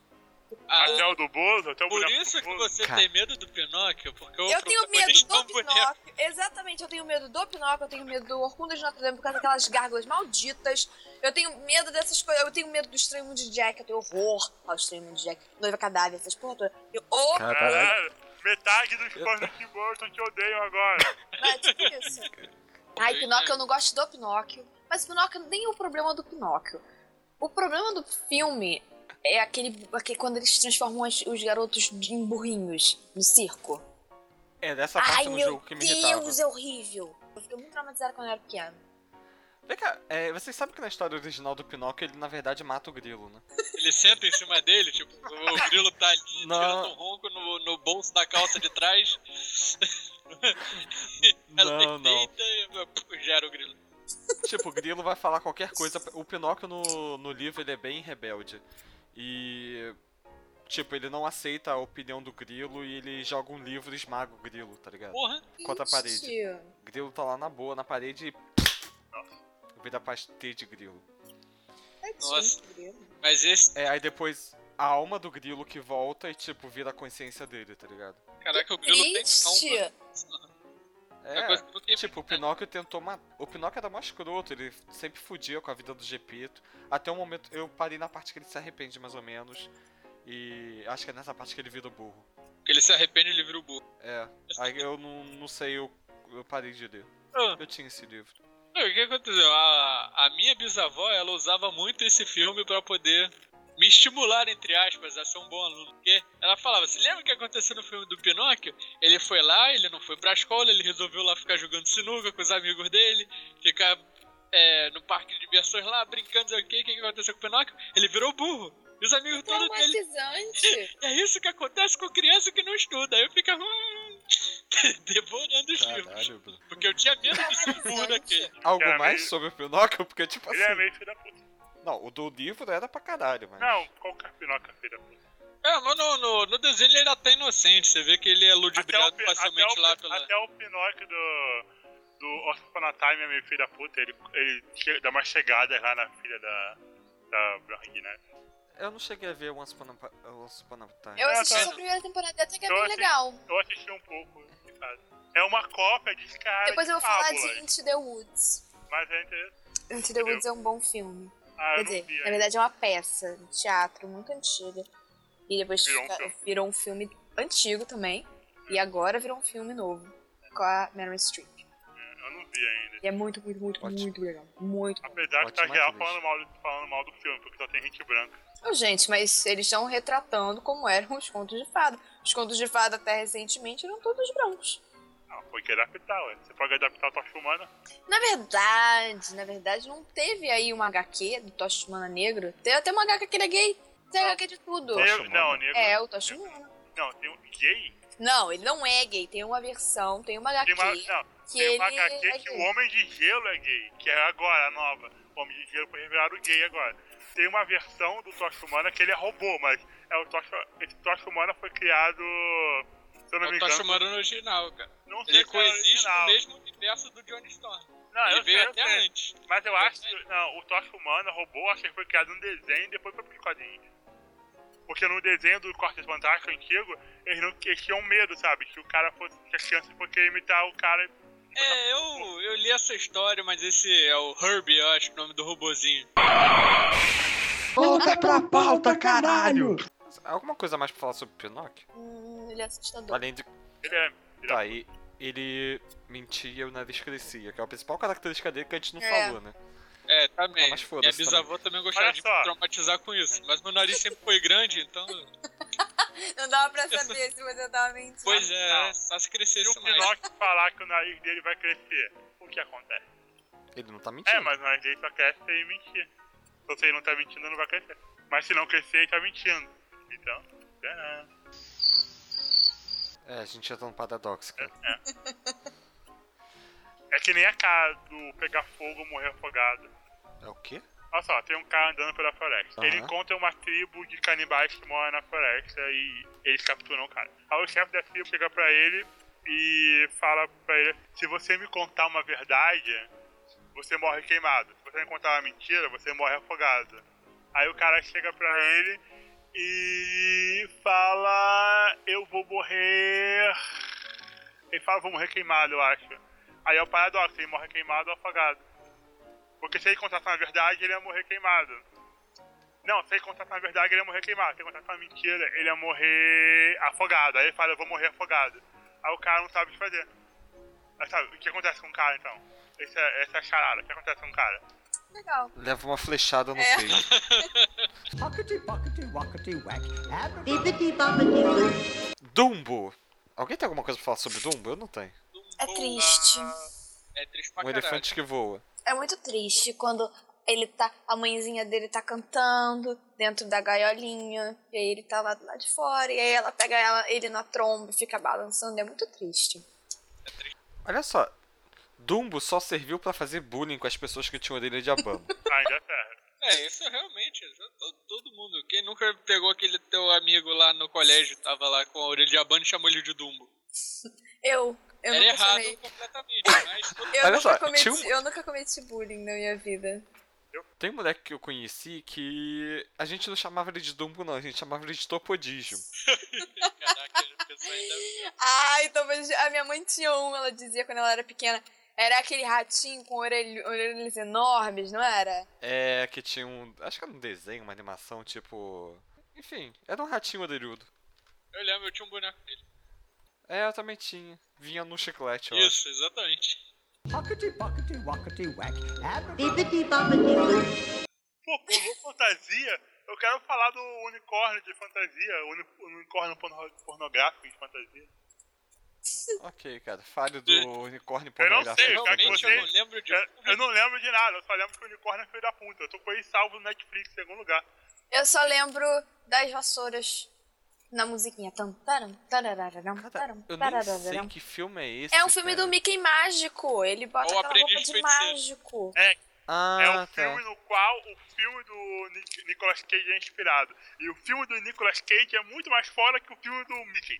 S3: Até o do Bozo, até o
S4: Ah, Por
S3: boneco
S4: isso
S3: do
S4: que
S3: Bozo.
S4: você
S1: Cara.
S4: tem medo do Pinóquio, porque o
S2: Eu tenho medo
S4: protagonista é um
S2: do
S4: boneco.
S2: Pinóquio. Exatamente, eu tenho medo do Pinóquio, eu tenho medo do Orcunda de Notre Dame por causa daquelas gárgulas malditas. Eu tenho medo dessas coisas. Eu tenho medo do Estranho Mundo de Jack, eu tenho horror ao Estranho Mundo de Jack. Noiva Cadáver, essas porra toda. Eu horror,
S1: Ah, Caralho.
S3: Caralho, É, metade dos fãs do Tim Burton te odeiam agora.
S2: é tipo isso. Ai, Pinóquio, eu não gosto do Pinóquio. Mas Pinóquio nem é o problema do Pinóquio. O problema do filme é aquele, aquele quando eles transformam as- os garotos em burrinhos no circo.
S1: É dessa parte do jogo que me irritava.
S2: Deus, é horrível. Eu fiquei muito traumatizada quando eu era pequena.
S1: Vem cá, é, vocês sabem que na história original do Pinóquio ele na verdade mata o grilo, né?
S4: Ele senta em cima dele, tipo, o grilo tá ali
S1: Não.
S4: tirando um ronco no, no bolso da calça de trás. Ela
S1: Não, não.
S4: deita e pô, gera o grilo.
S1: tipo, o grilo vai falar qualquer coisa. O Pinóquio no, no livro ele é bem rebelde. E. Tipo, ele não aceita a opinião do grilo e ele joga um livro e esmaga o grilo, tá ligado?
S4: Porra,
S1: Contra a parede.
S2: Gente,
S1: O grilo tá lá na boa, na parede e. Vira pastel de grilo.
S2: tadinho,
S4: Nossa.
S2: grilo.
S4: mas esse.
S1: É, aí depois a alma do grilo que volta e, tipo, vira a consciência dele, tá ligado?
S4: Caraca, o grilo tem
S2: Triste.
S4: alma. É uma coisa
S1: É.
S4: que eu fiquei-
S1: Tipo, o Pinóquio tentou matar. O Pinóquio era mais escroto, ele sempre fudia com a vida do Gepeto. Até o momento. Eu parei na parte que ele se arrepende, mais ou menos. E acho que é nessa parte que ele vira o burro.
S4: que ele se arrepende e livra o burro.
S1: É. Aí eu não, não sei, eu, eu parei de ler.
S4: Ah.
S1: Eu tinha esse livro.
S4: Não, o que aconteceu? A, a minha bisavó, ela usava muito esse filme pra poder me estimular, entre aspas, a ser um bom aluno. Porque ela falava, se lembra o que aconteceu no filme do Pinóquio? Ele foi lá, ele não foi pra escola, ele resolveu lá ficar jogando sinuca com os amigos dele, ficar é, no parque de diversões lá, brincando, sei o quê, o que, que aconteceu com o Pinóquio? Ele virou burro. E os amigos todos dele.
S2: Traumatizante.
S4: É isso que acontece com criança que não estuda. Aí eu fico hum, devorando os livros.
S1: Caralho, Bruno.
S4: Porque eu tinha medo de ser burro daquele.
S1: Algo
S3: Cara,
S1: mais
S3: mas-
S1: sobre o Pinóquio? Porque, tipo
S3: Ele é
S1: assim.
S3: meio filho da puta.
S1: Não, o do livro era pra caralho, mas.
S3: Não, qualquer Pinóquio é filho da puta.
S4: É, mas no, no, no desenho ele ainda tá inocente. Você vê que ele é ludibriado
S3: Pi-
S4: parcialmente
S3: o,
S4: lá
S3: Pi-
S4: pela.
S3: até o Pinóquio do. Do Once Upon a Time é meio filho da puta. Ele, ele che- dá uma chegada lá na filha da. Da Brangue, né?
S1: Eu não cheguei a ver Once Upon a, Pa- Once Upon a Time.
S2: Eu assisti
S3: tá.
S2: só a primeira temporada e até que é
S3: Eu
S2: bem
S3: achei-
S2: legal.
S3: Eu assisti um pouco de casa. É uma cópia de cara.
S2: Depois eu vou
S3: de
S2: falar de
S3: fábulas,
S2: Into the Woods.
S3: Mas é interessante.
S2: Into the Woods é um bom filme.
S3: Ah,
S2: Quer
S3: eu
S2: dizer,
S3: não vi.
S2: na verdade é uma peça de teatro muito antiga. E depois
S3: Virou um
S2: fica-
S3: filme. Hum.
S2: virou um filme antigo também. E agora virou um filme novo. Com a Meryl Streep.
S3: Eu não vi ainda.
S2: E é muito, muito, muito,
S1: Ótimo.
S2: muito legal. Muito.
S3: Apesar de
S1: Ótima
S3: tá geral
S1: atriz.
S3: falando mal, do- falando mal do filme, porque só tem gente branca.
S2: Não, gente, mas eles estão retratando como eram os contos de fada. Os contos de fada até recentemente eram todos brancos.
S3: Não, Ah, foi que é adaptar, ué. Você pode adaptar a tocha humana.
S2: Na verdade, na verdade, não teve aí uma HQ do Tocha Humana Negro. Teve até uma HQ que era gay. Tem HQ de tudo.
S1: Tocha
S3: Eu- não,
S1: humana?
S3: negro.
S2: É, o Tocha Humana.
S3: Não, tem um gay.
S2: Não, ele não é gay. Tem uma versão, tem uma HQ.
S3: Tem uma, não,
S2: Tá que
S3: tem uma
S2: ele
S3: HQ
S2: é
S3: que
S2: gay.
S3: o Homem de Gelo é gay, que é agora a nova. O Homem de Gelo foi revelado gay agora. Tem uma versão do Tocha Humana que ele é robô, mas é o Tocha, esse Tocha Humana foi criado, se eu não
S1: É
S4: Eu
S3: me
S4: tô
S3: engano,
S4: tá chamando no original, cara.
S3: não sei
S4: Ele
S3: se é
S4: coexiste no
S3: original.
S4: mesmo universo do Johnny Storm.
S3: Não,
S4: ele
S3: eu
S4: veio
S3: sei, eu
S4: até
S3: sei.
S4: antes.
S3: Mas eu acho que. Não, o Tocha Humana, robô, acho que foi criado num desenho e depois foi pros quadrinhos. Porque no desenho do Quarteto Fantástico antigo, eles, não, eles tinham medo, sabe? Que o cara fosse. Que a criança fosse querer imitar o cara.
S4: É, eu, eu li essa história, mas esse é o Herbie, eu acho, o nome do robozinho.
S5: Volta pra pauta, caralho!
S1: Alguma coisa mais pra falar sobre o Pinóquio?
S2: Hum, ele é assustador.
S1: Além de.
S3: Ele é.
S1: Tá, e ele mentia e o nariz crescia, que é a principal característica dele que a gente não
S2: É.
S1: falou, né?
S4: É, também.
S1: Ah, mas
S4: Minha
S1: foda-se
S4: bisavó também gostava
S3: Olha
S4: de
S3: só.
S4: me traumatizar com isso. Mas meu nariz sempre foi grande, então.
S2: Não dava pra saber se você tava mentindo.
S4: Pois é,
S3: Não.
S4: só se
S3: Se o
S4: crescesse mais.
S3: Pinocchio falar que o nariz dele vai crescer, o que acontece?
S1: Ele não tá mentindo.
S3: É, mas o nariz dele só cresce se ele mentir. Então, se ele não tá mentindo, não vai crescer. Mas se não crescer, ele tá mentindo. Então. tcharam.
S1: É, a gente já tá no paradoxo, cara.
S3: É que nem a cara do pegar fogo morrer afogado.
S1: É o quê?
S3: Olha só, tem um cara andando pela floresta. Ele
S1: Aham.
S3: encontra uma tribo de canibais que mora na floresta e eles capturam o cara. Aí o chefe da tribo chega pra ele e fala pra ele: Se você me contar uma verdade, você morre queimado. Se você me contar uma mentira, você morre afogado. Aí o cara chega pra ele e fala: Eu vou morrer. Ele fala: Vou morrer queimado, eu acho. Aí é o paradoxo: ele morre queimado ou afogado. Porque se ele contasse uma verdade, ele ia morrer queimado. Não, se ele contasse uma verdade, ele ia morrer queimado. Se ele contasse uma mentira, ele ia morrer afogado. Aí ele fala, eu vou morrer afogado. Aí o cara não sabe o que fazer. Aí, sabe, o que acontece com o cara, então? Essa, essa é a charada. O que acontece com o cara?
S2: Legal.
S1: Leva uma flechada no
S2: É.
S1: peito.
S5: Pockety, pockety, wockety, whack.
S6: Bibbidi bobbidi boo.
S1: Dumbo! Alguém tem alguma coisa pra falar sobre Dumbo? Eu não tenho.
S2: É triste.
S4: É triste pra
S1: um
S4: caralho.
S1: elefante que voa.
S2: É muito triste quando ele tá. A mãezinha dele tá cantando dentro da gaiolinha. E aí ele tá lá do lado de fora. E aí ela pega ela- ele na tromba e fica balançando. É muito triste.
S1: Olha só. Dumbo só serviu pra fazer bullying com as pessoas que tinham orelha de abano.
S3: Ah, Ainda serve.
S4: É, isso realmente, isso é todo, todo mundo. Quem nunca pegou aquele teu amigo lá no colégio, tava lá com a orelha de abano e chamou ele de Dumbo.
S2: Eu. Eu
S4: Era
S2: nunca
S4: errado
S2: chamei.
S4: completamente, mas todo
S2: Eu
S1: Olha
S2: nunca,
S1: só,
S2: cometi,
S1: tinha um-
S2: eu nunca cometi bullying na minha vida.
S1: Tem um moleque que eu conheci que a gente não chamava ele de Dumbo, não, a gente chamava ele de Topodígio.
S4: Caraca, a pessoa ainda.
S2: Ai, talvez a minha mãe tinha um, ela dizia quando ela era pequena. Era aquele ratinho com orelho- orelhas enormes, não era?
S1: É, que tinha um. Acho que era um desenho, uma animação, tipo. Enfim, era um ratinho orelhudo.
S4: Eu lembro, eu tinha um boneco dele.
S1: É, eu também tinha. Vinha no chiclete, ó.
S4: Isso, exatamente.
S5: Pockety, pockety, wockety, whack.
S6: Bibbidi bobbidi boo.
S3: Pô, pulou fantasia? Eu quero falar do unicórnio de fantasia. uni- Unicórnio porno- pornográfico de fantasia.
S1: Ok, cara. Fale do unicórnio
S3: Eu não sei,
S1: pornográfico.
S3: cara, que
S4: Realmente eu não
S3: vocês-
S4: lembro de.
S3: Eu, eu não lembro de nada, eu só lembro que o unicórnio é filho da puta. Eu tô com ele salvo no Netflix em algum lugar.
S2: Eu só lembro das vassouras na musiquinha. Tam, taram, tarararam,
S1: Cara,
S2: taram,
S1: eu nem sei
S2: tarararam.
S1: que filme é esse.
S2: É um filme
S1: cara.
S2: do Mickey Mágico. Ele bota
S4: Ou
S2: aquela roupa
S4: Aprendiz
S2: de
S4: Feiticeiro.
S2: mágico.
S1: Ah,
S3: é um
S1: tá.
S3: filme no qual o filme do Nic- Nicolas Cage é inspirado. E o filme do Nicolas Cage é muito mais fora que o filme do Mickey.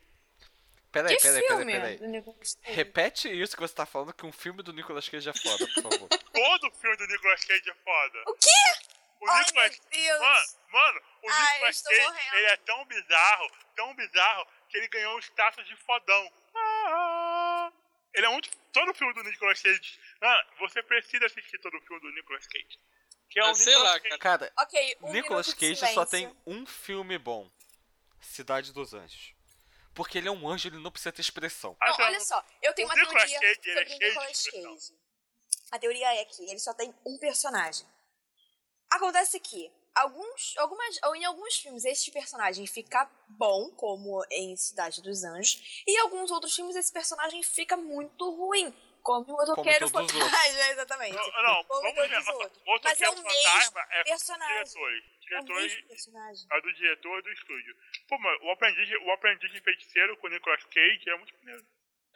S1: Peraí,
S2: Que
S1: peraí, peraí,
S2: filme?
S1: peraí.
S2: do Nicolas Cage?
S1: Repete isso que você tá falando, que um filme do Nicolas Cage é foda, por favor.
S3: Todo filme do Nicolas Cage é foda.
S2: O quê?
S3: O
S2: Ai, meu
S3: Nicolas Mano,
S2: Deus.
S3: mano, o
S2: Ai, eu
S3: Nicolas
S2: estou
S3: Cage,
S2: morrendo.
S3: ele é tão bizarro, tão bizarro, que ele ganhou o status de fodão. Ah, Ele é muito. Todo o filme do Nicolas Cage. Mano, você precisa assistir todo o filme do Nicolas Cage. Que é o
S4: Ah, sei
S3: Nicolas
S4: lá,
S3: Cage.
S1: Cara,
S2: Ok, um
S1: Nicolas
S2: minuto de
S1: Cage
S2: silêncio.
S1: só tem um filme bom: Cidade dos Anjos. Porque ele é um anjo, ele não precisa ter expressão.
S3: Ah,
S2: Não,
S3: tá.
S2: olha só, eu tenho
S3: o
S2: uma
S3: Nicolas
S2: teoria
S3: Cage,
S2: sobre
S3: ele é
S2: o
S3: cheio de
S2: Nicolas
S3: expressão.
S2: Cage. A teoria é que ele só tem um personagem. Acontece que alguns, algumas, ou em alguns filmes esse personagem fica bom, como em Cidade dos Anjos, e em alguns outros filmes esse personagem fica muito ruim, como o Motoqueiro
S1: todos os outros.
S2: Fantasma, exatamente.
S3: Não, não,
S2: Como
S3: vamos
S2: todos
S3: ver.
S2: os outros.
S3: Outro
S2: Mas é o
S3: filme
S2: mesmo
S3: fantasma é
S2: personagem.
S3: diretores.
S2: É o
S3: Diretores
S2: mesmo personagem.
S3: é do diretor e do estúdio. Pô, mano, o aprendiz, o aprendiz de feiticeiro com o Nicolas Cage é muito maneiro.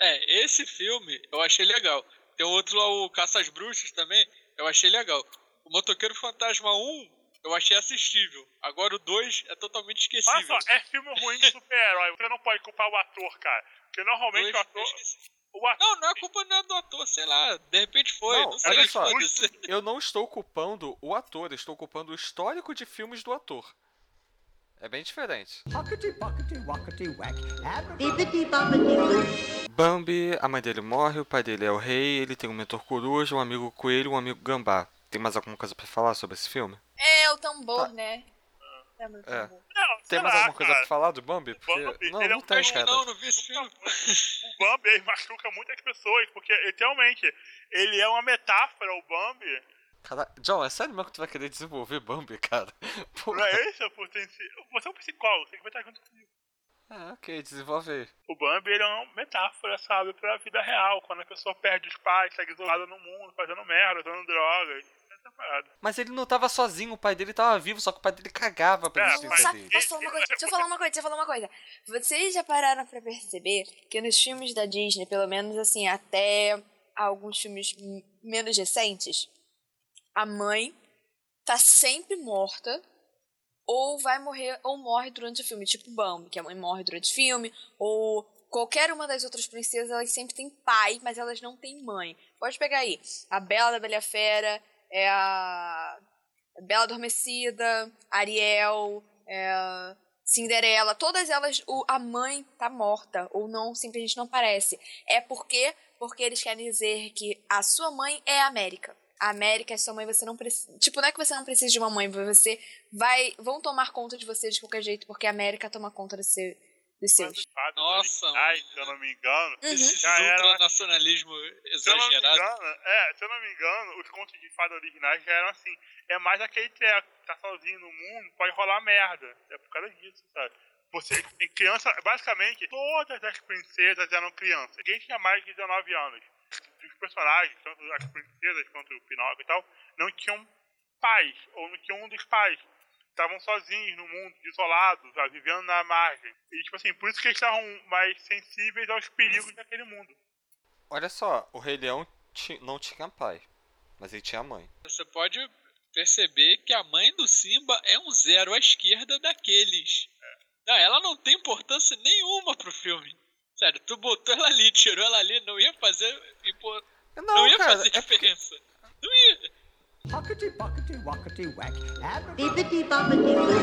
S4: É, esse filme eu achei legal. Tem outro lá, o Caça às Bruxas também, eu achei legal. O Motoqueiro Fantasma 1 eu achei assistível. Agora o 2 é totalmente
S3: Olha
S4: esquecível.
S3: só, é filme ruim de super-herói. Você não pode culpar o ator, cara. Porque normalmente
S4: Dois
S3: o
S4: é
S3: ator.
S4: esquecível.
S3: O ator
S4: Não, não é culpa não é do ator, sei lá. De repente foi,
S1: Não,
S4: não, sei.
S1: olha só.
S4: foda-se.
S1: Eu não estou culpando o ator, eu estou culpando o histórico de filmes do ator. É bem diferente.
S5: Hockety pockety wackety whack. Abra-
S6: Bibbidi bobbidi boo.
S1: Bambi, a mãe dele morre, o pai dele é o rei, ele tem um mentor coruja, um amigo coelho, um amigo gambá. Tem mais alguma coisa pra falar sobre esse filme?
S2: É o tambor,
S1: Tá.
S2: né? Lembra do
S1: É.
S2: tambor?
S3: Não,
S1: Tem
S3: sei
S1: mais
S3: lá,
S1: alguma coisa pra
S3: cara.
S1: falar do Bambi? Porque...
S3: Bambi,
S1: não,
S3: ele é
S1: não
S3: um
S1: tem,
S4: Acho que
S1: cara.
S4: não, não vi esse filme.
S3: O Bambi ele machuca muitas pessoas, porque literalmente ele é uma metáfora, o Bambi.
S1: Cara, John, é sério mesmo que tu vai querer desenvolver Bambi, cara? Pô,
S3: Não é isso? Por ter- Você é um psicólogo, você que vai estar junto comigo.
S1: é, ok, desenvolve aí.
S3: O Bambi ele é uma metáfora, sabe, pra vida real, quando a pessoa perde os pais, segue isolada no mundo, fazendo merda, usando drogas. Essa parada.
S1: Mas ele não tava sozinho, o pai dele tava vivo, só que o pai dele cagava pra
S3: É,
S1: existência
S3: mas-
S2: Sabe,
S1: dele.
S2: posso falar uma coisa? Deixa eu falar uma coisa, deixa eu falar uma coisa. Vocês já pararam pra perceber que nos filmes da Disney, pelo menos assim, até alguns filmes m- menos recentes, a mãe tá sempre morta ou vai morrer ou morre durante o filme, tipo Bambi, que a mãe morre durante o filme, ou qualquer uma das outras princesas, elas sempre têm pai, mas elas não têm mãe. Pode pegar aí, a Bela da Bela e a Fera, é a Bela Adormecida, Ariel, é, Cinderela, todas elas, o- a mãe tá morta, ou não, simplesmente não aparece. É porque, porque eles querem dizer que a sua mãe é a América. A América é sua mãe, você não precisa. Tipo, não é que você não precisa de uma mãe, você vai. Vão tomar conta de você de qualquer jeito, porque a América toma conta dos seu- dos seus.
S4: Nossa,
S3: Ai,
S4: mano.
S3: se eu não me engano.
S4: Esse
S3: Já era.
S4: ultranacionalismo
S3: Se eu, não me
S4: exagerado.
S3: engano, é, se eu não me engano, os contos de fada originais já eram assim. É mais aquele treco, tá sozinho no mundo, pode rolar merda. É por causa disso, sabe? Você tem criança, basicamente, todas as princesas eram crianças. Ninguém tinha mais de 19 anos. Os personagens, tanto as princesas quanto o Pinóquio e tal, não tinham pais, ou não tinham um dos pais. Estavam sozinhos no mundo, isolados, sabe? vivendo na margem. E, tipo assim, por isso que eles estavam mais sensíveis aos perigos daquele mundo.
S1: Olha só, o Rei Leão ti- não tinha pai, mas ele tinha mãe.
S4: Você pode perceber que a mãe do Simba é um zero à esquerda daqueles.
S1: É.
S4: Não, ela não tem importância nenhuma pro filme. Sério, tu botou ela ali, tirou ela ali, não ia fazer. impo-
S1: Não,
S4: Não, ia
S1: cara,
S4: fazer
S1: é porque-
S4: diferença. Não ia.
S5: Hockety pockety wackety whack. Abra-
S6: Bibbidi bobbidi boo.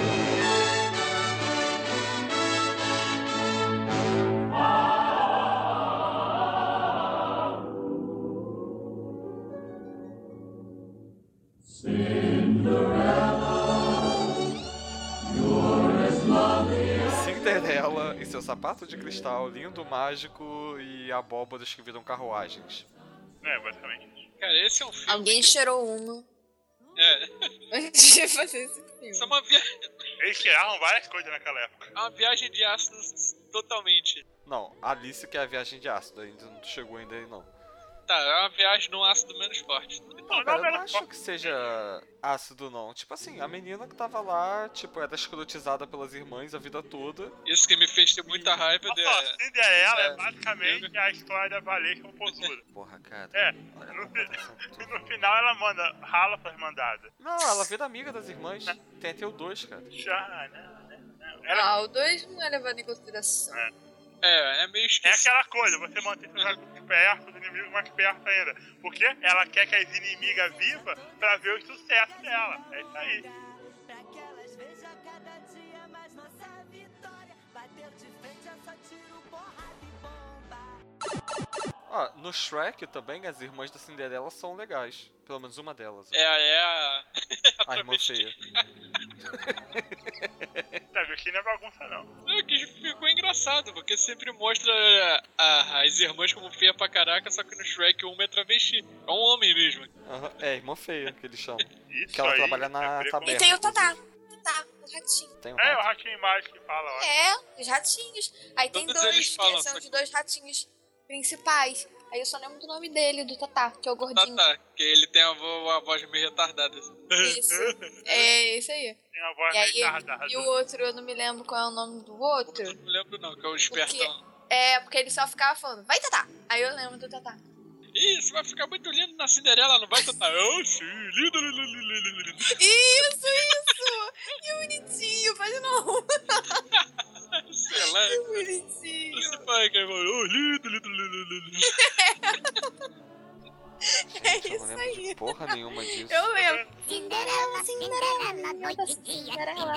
S1: Cinderela e seu sapato de cristal lindo, mágico e abóboras que viram carruagens.
S3: É, basicamente.
S4: Cara, esse é um filme.
S2: Alguém cheirou uma.
S4: É.
S2: Antes de fazer esse filme.
S4: Isso é uma, via-
S3: Eles tiraram várias coisas naquela época.
S4: é uma viagem de ácido totalmente.
S1: Não, Alice que é a viagem de ácido, ainda não chegou ainda aí não.
S4: Tá, é uma viagem num ácido menos forte.
S1: Não,
S3: Não,
S1: cara,
S3: não,
S1: eu não
S3: não.
S1: acho que seja ácido, não. Tipo assim, a menina que tava lá, tipo, era escrotizada pelas irmãs a vida toda.
S4: Isso que me fez ter muita raiva de...
S3: Nossa, Cinderela
S4: é,
S3: é basicamente a história da baleia com posura.
S1: Porra, cara.
S3: É,
S1: Olha tá a
S3: no-
S1: comparação
S3: E
S1: toda.
S3: no final ela manda rala pras mandadas.
S1: Não, ela vira amiga das irmãs. Tem até o 2, cara.
S3: Já, né? né, né. Ela-
S2: Ah, o 2 não é levado em consideração.
S3: É.
S4: É, é meio
S3: É
S4: esquisito.
S3: aquela coisa, você mantém seus amigos perto, os inimigos mais perto ainda. Porque ela quer que as inimigas vivas pra ver o sucesso dela. É isso aí.
S7: Pra que elas vejam a cada dia mais nossa vitória. Bater de frente é só tiro, porrada e bomba.
S1: Ó, no Shrek também as irmãs da Cinderela são legais. Pelo menos uma delas.
S4: É, é a...
S1: A irmã feia.
S3: Tá vendo? Que não é bagunça, não.
S4: Não, que ficou engraçado, porque sempre mostra a- as irmãs como feia pra caraca, só que no Shrek uma é travesti. É um homem mesmo.
S1: Aham, É, irmã feia que eles chamam.
S3: Isso
S1: Que ela
S3: aí
S1: trabalha na
S3: é
S1: taberna.
S2: E tem o Tatá. Tatá, o ratinho.
S1: Tem um
S3: É, o
S1: rato.
S3: ratinho mágico que fala, ó.
S2: É, os ratinhos. Aí tem
S4: Todos
S2: dois,
S4: eles
S2: que
S4: falam,
S2: são
S4: só
S2: os
S4: que-
S2: dois ratinhos principais. Aí eu só lembro do nome dele, do Tatá, que é o
S4: Tá,
S2: gordinho.
S4: tá. Que ele tem a, vo- a voz meio retardada.
S2: Isso. É, isso aí.
S3: Tem uma voz
S2: E aí, ele-
S3: meio retardada.
S2: e o outro, eu não me lembro qual é o nome do outro.
S4: Eu não lembro não, que é o espertão.
S2: É, porque ele só ficava falando, vai Tatá. Aí eu lembro do Tatá.
S4: Ih, isso vai ficar muito lindo na Cinderela, não vai cantar. Oh, sim, lindo, lindo, lindo, lindo, lindo.
S2: Isso, isso! Que bonitinho, faz de novo.
S4: Sei lá.
S2: Que bonitinho.
S4: Esse pai que é oh, lindo, lindo, lindo, lindo.
S2: É
S1: Eu não
S2: isso
S1: lembro de
S2: aí.
S1: porra nenhuma disso.
S2: Eu lembro.
S7: Cinderela, Cinderela, noite de Cinderela.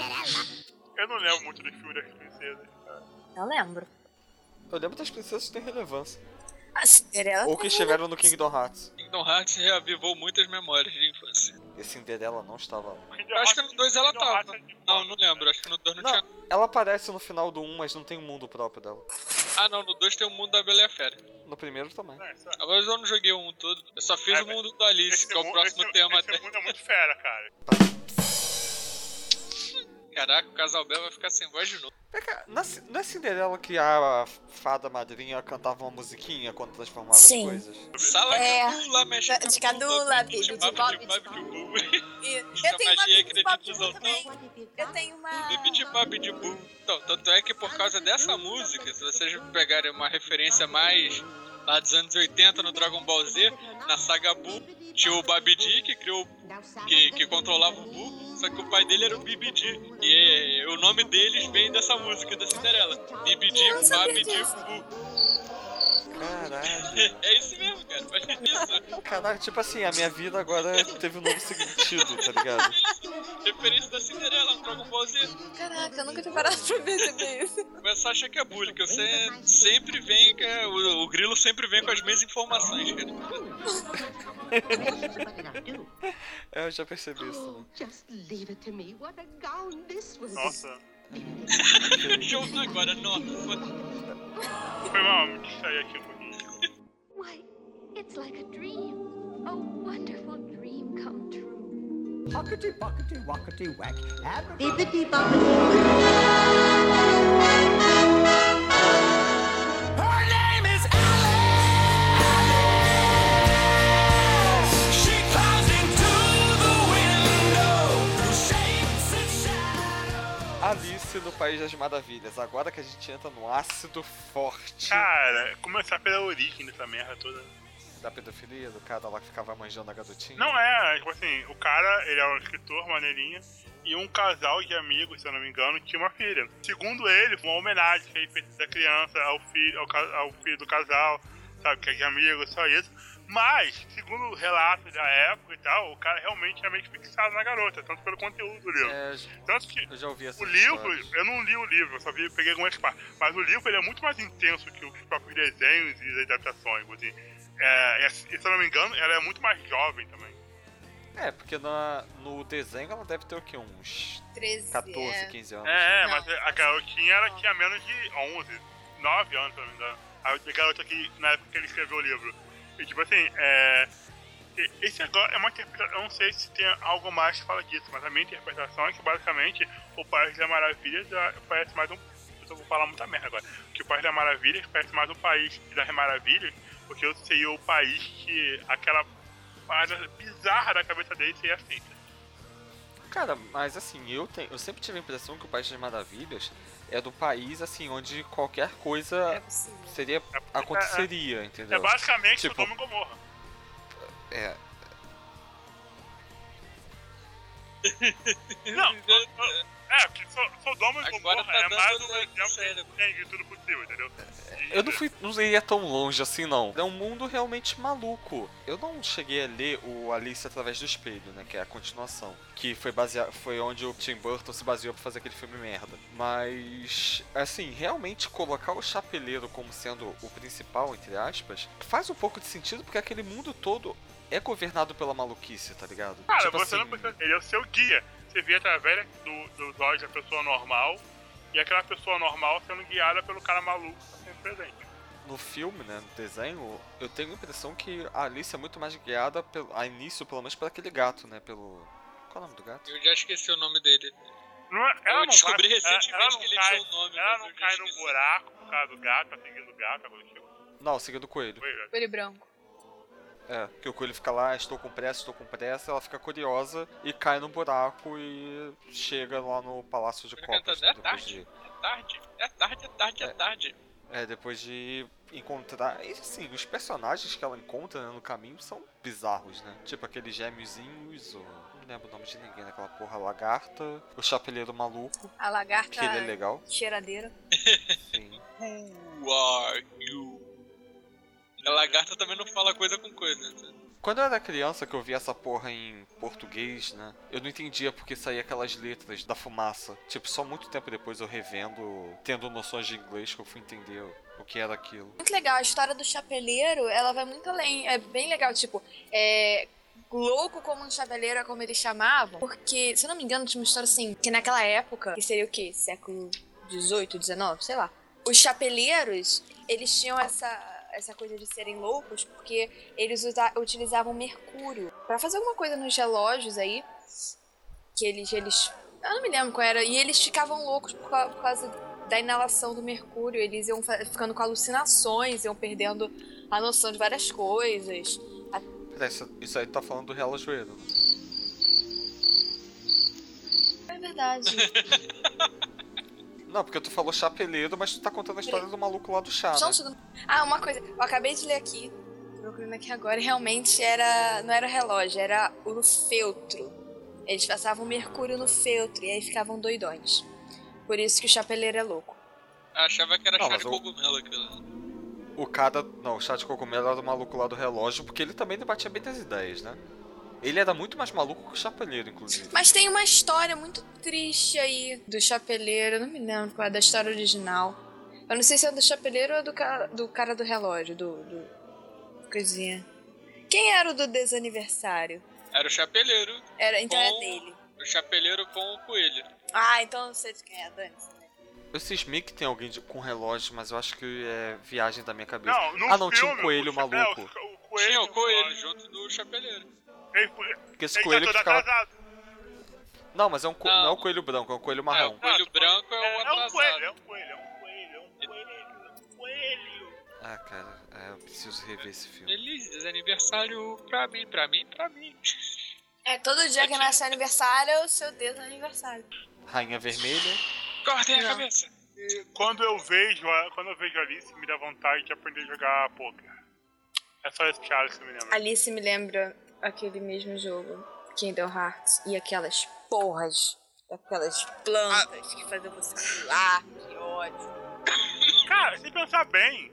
S3: Eu não lembro muito do filme das princesas.
S2: Eu lembro.
S1: Eu lembro das princesas que têm relevância.
S2: A Cinderela
S1: Ou que estiveram no Kingdom Hearts.
S4: Kingdom Hearts reavivou muitas memórias de infância.
S1: E Cinderela não estava lá.
S4: Eu acho que no 2 ela
S3: Kingdom Hearts
S4: tava.
S3: é de
S4: Não,
S3: boa,
S4: não
S3: né?
S4: lembro, acho que no 2 não,
S1: Não,
S4: tinha.
S1: ela aparece no final do 1, mas não tem um mundo próprio dela.
S4: Ah não, no 2 tem o mundo da Bela e a Fera.
S1: No primeiro
S2: É.
S1: também.
S3: Não, né? É, isso-
S4: Agora eu não joguei um todo. Eu só fiz
S3: É,
S4: o mundo do Alice,
S3: esse
S4: que é o
S3: mundo-
S4: próximo
S3: esse-
S4: tema
S3: Esse
S4: até.
S3: mundo é muito fera, cara.
S4: Caraca, o Casal Bel vai ficar sem voz de novo.
S1: Vem cá, na Ci- não é Cinderela que a fada madrinha cantava uma musiquinha quando transformava
S2: Sim.
S1: as coisas?
S4: Sala
S2: É,
S4: Cadula, mexe
S2: da-
S4: com
S2: de
S4: a bunda,
S2: Cadula,
S4: bate,
S2: bibi, de
S4: bate,
S2: bob,
S4: bate,
S2: de
S4: bate,
S2: E-
S4: Essa
S2: Eu tenho uma
S4: magia
S2: bibi de Bob de Bubu
S4: acreditizou
S2: também. Eu tenho uma.
S4: Bibi de bob de bu. Então, tanto é que por causa dessa música, se vocês pegarem uma referência mais lá dos anos 80 no Dragon Ball Z, na saga Bu, tinha o Babidi que criou que, que controlava o Bu, só que o pai dele era o Bibidi. E é, o nome deles vem dessa música da Cinderela. Bibidi,
S2: Eu não sabia
S4: Babidi,
S2: disso.
S4: Bu.
S1: Caralho.
S4: É isso mesmo, cara. Mas é isso.
S1: Caralho, tipo assim, a minha vida agora teve um novo sentido, tá ligado?
S4: Referência da Cinderela um no Dragon Ball Z.
S2: Caraca, eu nunca tinha parado pra perceber isso.
S4: começar a achar que é bullying, que você sempre vem, que é- o, o grilo sempre vem com as mesmas informações, cara.
S1: É, eu já percebi isso também.
S6: Just leave it to me. What a gown this was.
S3: Nossa.
S4: Eu tô ouvindo agora, nossa.
S3: Foi mal muito isso aí aqui no Rio.
S8: Why, it's like a dream. A wonderful dream come true.
S5: Pockety, pockety, wockety, whack. Abra-
S6: Bibbidi bobbidi boo.
S1: Alice no País das Maravilhas, agora que a gente entra no ácido forte
S3: Cara, começar pela origem dessa merda toda.
S1: da pedofilia, do cara lá que ficava manjando a garotinha.
S3: Não é, tipo assim, o cara, ele é um escritor maneirinho. E um casal de amigos, se eu não me engano, tinha uma filha. Segundo ele, uma homenagem que ele fez da criança ao filho, ao, ca- ao filho do casal, sabe, que é de amigos, só isso. Mas, segundo relatos da época e tal, o cara realmente era meio que fixado na garota, tanto pelo conteúdo do livro.
S1: É,
S3: Tanto que
S1: eu já ouvi essa
S3: O livro, eu não li o livro, eu só vi, peguei algumas partes. Mas o livro ele é muito mais intenso que os próprios desenhos e as adaptações. Assim. É, é, se eu não me engano, ela é muito mais jovem também.
S1: É, porque na, no desenho ela deve ter o quê? Uns
S2: 13.
S1: 14,
S2: é.
S1: 15 anos.
S3: É, é,
S2: Não,
S3: mas a garotinha ela tinha menos de 11, 9 anos, se eu não me engano. A garota que, na época que ele escreveu o livro. E tipo assim, é, E- Esse agora é uma interpretação. Eu não sei se tem algo mais que fala disso, mas a minha interpretação é que basicamente o País da Maravilha já parece mais um. Eu vou falar muita merda agora. Que o País da Maravilha parece mais um país das maravilhas, porque eu seria o país que aquela parada bizarra da cabeça dele seria aceita.
S1: Cara, mas assim, eu, tenho, eu sempre tive a impressão que o País das Maravilhas é do país, assim, onde qualquer coisa
S2: É possível.
S1: seria aconteceria, entendeu?
S3: É basicamente
S1: Tipo-
S3: o Domingo Gomorra.
S1: É,
S3: Não, É, que so- Sodoma e
S4: Agora
S3: Gomorra
S4: tá
S3: é
S4: dando
S3: mais um
S4: dano no
S3: exemplo
S4: cérebro.
S3: que tem de é tudo possível, entendeu?
S1: Eu não fui, não iria tão longe assim não. É um mundo realmente maluco. Eu não cheguei a ler o Alice através do espelho, né, que é a continuação, que foi baseado, foi onde o Tim Burton se baseou pra fazer aquele filme merda. Mas assim, realmente colocar o Chapeleiro como sendo o principal entre aspas, faz um pouco de sentido porque aquele mundo todo é governado pela maluquice, tá ligado?
S3: Cara,
S1: Tipo
S3: você não
S1: assim,
S3: precisa. Ele é o seu guia. Você vê através do, dos olhos da pessoa normal e aquela pessoa normal sendo guiada pelo cara maluco que tá sempre presente.
S1: no filme, né, no desenho, eu tenho a impressão que a Alice é muito mais guiada pelo, a início, pelo menos, por aquele gato, né, pelo qual é o nome do gato?
S4: Eu já esqueci o nome dele.
S3: Não é- ela
S4: eu
S3: não
S4: descobri
S3: vai-
S4: recentemente
S3: ela não
S4: que ele
S3: cai,
S4: tinha um nome.
S3: Ela
S4: mas
S3: não
S4: eu já
S3: cai no
S4: esqueci.
S3: buraco por causa do gato, tá seguindo o gato, agora tipo,
S1: Não, seguindo o coelho.
S3: coisa.
S2: Coelho branco.
S1: É, que o coelho fica lá, estou com pressa, estou com pressa, ela fica curiosa e cai no buraco e chega lá no Palácio de
S4: Por
S1: Copas.
S4: enquanto, é
S1: depois
S4: tarde.
S1: de-
S4: É tarde, é tarde, é tarde, é tarde.
S1: é, depois de encontrar. E assim, os personagens que ela encontra né, no caminho são bizarros, né? Tipo aqueles gêmeozinhos, ou. Não lembro o nome de ninguém daquela porra, lagarta, o chapeleiro maluco,
S2: A lagarta
S1: que ele é legal.
S2: cheiradeira.
S1: Sim.
S4: Who are you? A lagarta também não fala coisa com coisa. né?
S1: Quando eu era criança que eu via essa porra em português, né? Eu não entendia porque saía aquelas letras da fumaça. Tipo, só muito tempo depois eu revendo, tendo noções de inglês que eu fui entender o que era aquilo.
S2: Muito legal, a história do chapeleiro, ela vai muito além. É bem legal, tipo, é. Louco como um chapeleiro é como eles chamavam. Porque, se eu não me engano, tinha uma história assim, que naquela época, que seria o quê? Século XVIII, XIX, sei lá. Os chapeleiros, eles tinham essa. Essa coisa de serem loucos, porque eles usa- utilizavam mercúrio pra fazer alguma coisa nos relógios aí. Que eles, eles. Eu não me lembro qual era. E eles ficavam loucos por cau- por causa da inalação do mercúrio, eles iam fa- ficando com alucinações, iam perdendo a noção de várias coisas.
S1: Peraí, isso, isso aí tá falando do relojoeiro. né?
S2: É verdade.
S1: Não, porque tu falou chapeleiro, mas tu tá contando a história do maluco lá do chá,
S2: Só um
S1: né?
S2: segundo. Ah, uma coisa. Eu acabei de ler aqui. Tô procurando aqui é agora. e Realmente era. Não era o relógio, era o feltro. Eles passavam mercúrio no feltro e aí ficavam doidões. Por isso que o chapeleiro é louco.
S4: Eu achava que era
S1: Não,
S4: chá
S1: mas
S4: de
S1: o-
S4: cogumelo aquilo.
S1: O cara... Não, o chá de cogumelo era do maluco lá do relógio, porque ele também debatia bem das ideias, né? Ele era muito mais maluco que o chapeleiro, inclusive.
S2: Mas tem uma história muito triste aí do chapeleiro. Eu não me lembro qual é da história original. Eu não sei se é do chapeleiro ou do cara do, cara do relógio, do, do. Coisinha. Quem era o do desaniversário?
S4: Era o chapeleiro.
S2: Era, então é
S4: Bom.
S2: dele.
S4: O chapeleiro com o coelho.
S2: Ah, então eu não sei de quem é, Dani.
S1: Eu cismei que tem alguém de- com relógio, mas eu acho que é viagem da minha cabeça.
S3: Não, no
S1: ah, não,
S3: filme,
S1: tinha um coelho
S3: o-
S1: maluco.
S3: é, o, o coelho.
S4: Tinha o coelho junto do chapeleiro.
S3: Ele,
S1: Porque esse
S3: ele
S1: coelho
S3: tá
S1: que
S3: todo
S1: ficava.
S3: atrasado.
S1: Não, mas é um co...
S4: Não.
S1: não é um coelho branco, é um coelho
S4: É,
S1: marrom.
S4: o coelho branco é o
S3: É, é um
S4: atrasado.
S3: coelho, é um coelho, é um coelho, é um coelho, é um coelho.
S1: Ah, cara, é, eu preciso rever esse filme.
S4: Feliz aniversário pra mim, pra mim, pra mim.
S2: É, todo dia que nasce aniversário é o seu desaniversário.
S1: Rainha Vermelha.
S4: Cortem a
S2: Não.
S4: cabeça.
S3: Quando eu vejo, a- quando eu vejo a Alice, me dá vontade de aprender a jogar poker. É só esse Charles que me lembra.
S2: Alice me lembra aquele mesmo jogo, Kingdom Hearts, e aquelas porras, aquelas plantas que fazem você pular, que ódio.
S3: Cara, se pensar bem,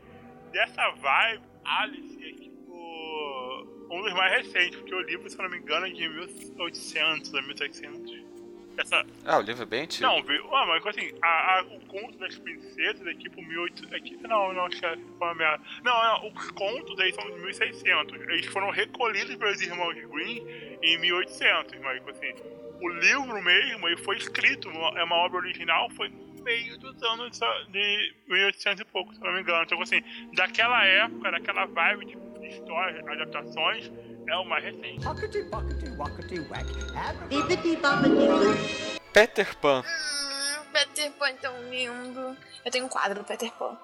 S3: dessa vibe, Alice é tipo um dos mais recentes, porque o livro, se eu não me engano, é de 1800 a 1600. Essa,
S1: Ah, o livro é bem antigo.
S3: não, viu? Ah, mas assim, a, a- o conto das princesas é tipo 1800. É, tipo- não, não, chefe, foi uma merda. Não, não, os contos aí são de 1600. Eles foram recolhidos pelos irmãos Green em 1800, mas assim, o livro mesmo ele foi escrito, uma- é uma obra original, foi no meio dos anos ah, de 1800 e tipo pouco, se não me engano. Então, assim, daquela época, daquela vibe de histórias, adaptações, é o mais recente.
S5: Hockety pockety wockety whack. Abracadabra.
S6: Bibbidi bobbidi boo.
S1: Peter Pan.
S2: Hum, Peter Pan é tão lindo. Eu tenho um quadro do Peter Pan.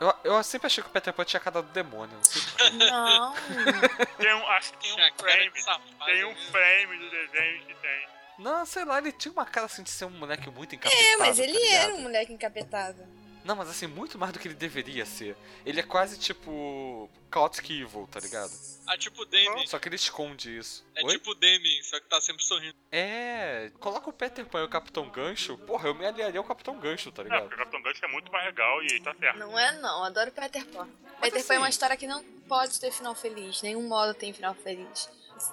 S1: Eu, eu sempre achei que o Peter Pan tinha a cara do demônio. Não sei porquê.
S2: Não.
S3: Tem um, acho que tem
S4: Tinha
S3: um
S4: cara
S3: frame.
S4: de safado. né?
S3: Tem um
S4: mesmo.
S3: frame do desenho que tem.
S1: Não, sei lá, ele tinha uma cara assim de ser um moleque muito encapetado.
S2: É, mas ele
S1: tá ligado?
S2: era um moleque encapetado.
S1: Não, mas assim, muito mais do que ele deveria ser. Ele é quase tipo. Chaotic Evil, tá ligado?
S4: Ah, tipo o Damien.
S1: Só que ele esconde isso.
S4: É
S1: Oi?
S4: tipo o Damien, só que tá sempre sorrindo.
S1: É. Coloca o Peter Pan e o Capitão Gancho. Porra, eu me aliaria ao Capitão Gancho, tá
S3: Não,
S1: ligado?
S3: porque o Capitão Gancho é muito mais legal e tá certo.
S2: Não é não, adoro Peter Pan. Peter Pan é uma
S1: assim-
S2: história que não pode ter final feliz, nenhum modo tem final feliz.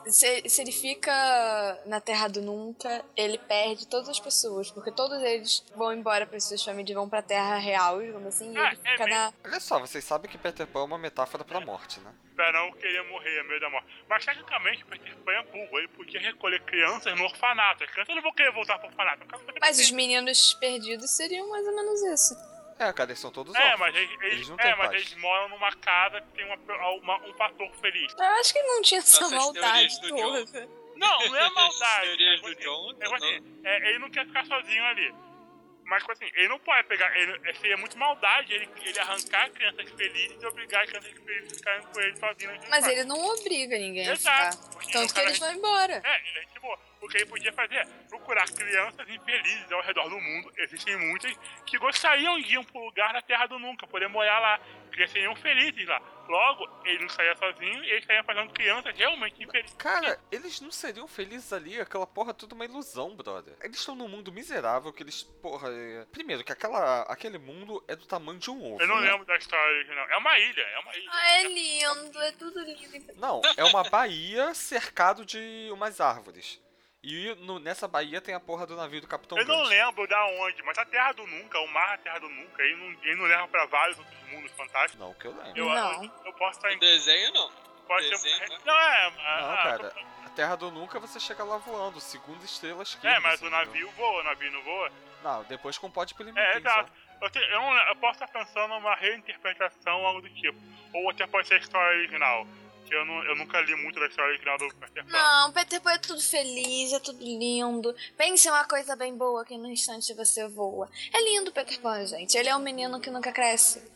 S2: Se, se ele fica na Terra do Nunca, ele perde todas as pessoas, porque todos eles vão embora para suas famílias, vão pra Terra Real, digamos assim, e
S3: Ah,
S2: ele
S3: é
S2: fica na...
S1: Olha só, vocês sabem que Peter Pan é uma metáfora pra morte, né?
S3: Pra não querer morrer, é meio da morte. Mas tecnicamente o Peter Pan é burro, ele podia recolher crianças no orfanato. As crianças não vão querer voltar pro orfanato. Eu quero fazer
S2: Mas os
S3: besteira.
S2: meninos perdidos seriam mais ou menos isso.
S1: É, cara, eles são todos
S3: É,
S1: órfãos.
S3: mas eles, eles-
S1: não têm
S3: é, mas
S1: paz.
S3: eles moram numa casa que tem uma- uma- um fator feliz.
S2: Eu acho que não tinha essa
S4: Nossas
S2: maldade
S4: teorias
S2: toda.
S3: Não, não é maldade.
S4: Teorias
S3: tipo
S4: do John,
S3: é, tipo
S4: não.
S3: assim, é, ele não quer ficar sozinho ali. Mas, tipo assim, ele não pode pegar. Ele, é, seria muito maldade ele, ele arrancar crianças felizes e obrigar as crianças felizes a ficarem com ele sozinho.
S2: Mas ele não obriga ninguém a ficar.
S3: Exato. porque o
S2: Tanto que
S3: cara-
S2: eles vão embora.
S3: É, ele é gente boa. O que ele podia fazer é procurar crianças infelizes ao redor do mundo. Existem muitas que gostariam de ir para um lugar na Terra do Nunca, poder morar lá. Porque seriam felizes lá. Logo, ele não saía sozinho e ele saía fazendo crianças realmente infelizes.
S1: Cara, eles não seriam felizes ali, aquela porra é tudo uma ilusão, brother. Eles estão num mundo miserável que eles, porra, é... primeiro que aquela aquele mundo é do tamanho de um ovo.
S3: Eu não
S1: né?
S3: lembro da história original. É uma ilha, é uma ilha.
S2: Ah, é lindo, é tudo lindo.
S1: Não, é uma baía cercado de umas árvores. E no- nessa baía tem a porra do navio do Capitão
S3: Eu não
S1: Gancho.
S3: lembro da onde, mas a Terra do Nunca, o mar é a Terra do Nunca, ele não, ele não leva pra vários outros mundos fantásticos.
S1: Não, que eu lembro.
S3: Eu,
S2: Não.
S3: eu, eu posso estar
S4: O
S3: em.
S4: desenho não.
S3: Pode
S4: desenho, né?
S3: ser, não, é.
S1: Não,
S3: ah,
S1: cara. A Terra do Nunca você chega lá voando, segunda estrela esquerda.
S3: É, mas
S1: assim,
S3: o navio voa, o navio não voa.
S1: entendeu? Não, depois com o pó de pelimentim,
S3: É, exato.
S1: só.
S3: Eu, te- eu não- eu posso estar pensando numa reinterpretação, algo do tipo. Ou até pode ser a história original. Que eu, não, eu nunca li muito da história original do Ah, Peter Pan.
S2: Não, Peter Pan é tudo feliz, é tudo lindo. Pense em uma coisa bem boa que no instante você voa. É lindo o Peter Pan, gente. Ele é um menino que nunca cresce.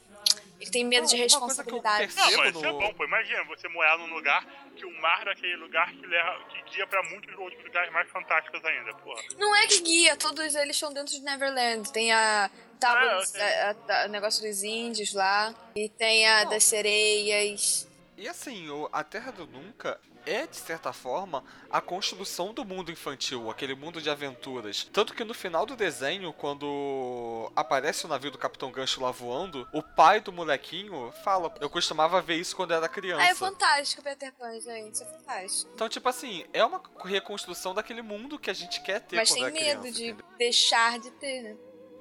S2: Ele tem medo
S1: Não,
S2: de
S1: uma coisa que eu
S2: responsabilidade.
S1: percebo-
S3: Não, mas
S1: no-
S3: isso é bom, pô. Imagina você morar num lugar que o mar daquele lugar te leva, que guia pra muitos outros lugares mais fantásticos ainda, porra.
S2: Não é que guia, todos eles estão dentro de Neverland. Tem a tábua,
S3: Ah,
S2: dos-
S3: ok.
S2: a- a- a- o negócio dos índios lá. E tem a das sereias.
S1: E assim, o- a Terra do Nunca é, de certa forma, a construção do mundo infantil, aquele mundo de aventuras. Tanto que no final do desenho, quando aparece o navio do Capitão Gancho lá voando, o pai do molequinho fala: Eu costumava ver isso quando era criança.
S2: Ah, é fantástico o Peter Pan, gente. É fantástico.
S1: Então, tipo assim, é uma reconstrução daquele mundo que a gente quer ter
S2: Mas
S1: quando
S2: tem
S1: é criança.
S2: medo de
S1: entendeu?
S2: deixar de ter, né?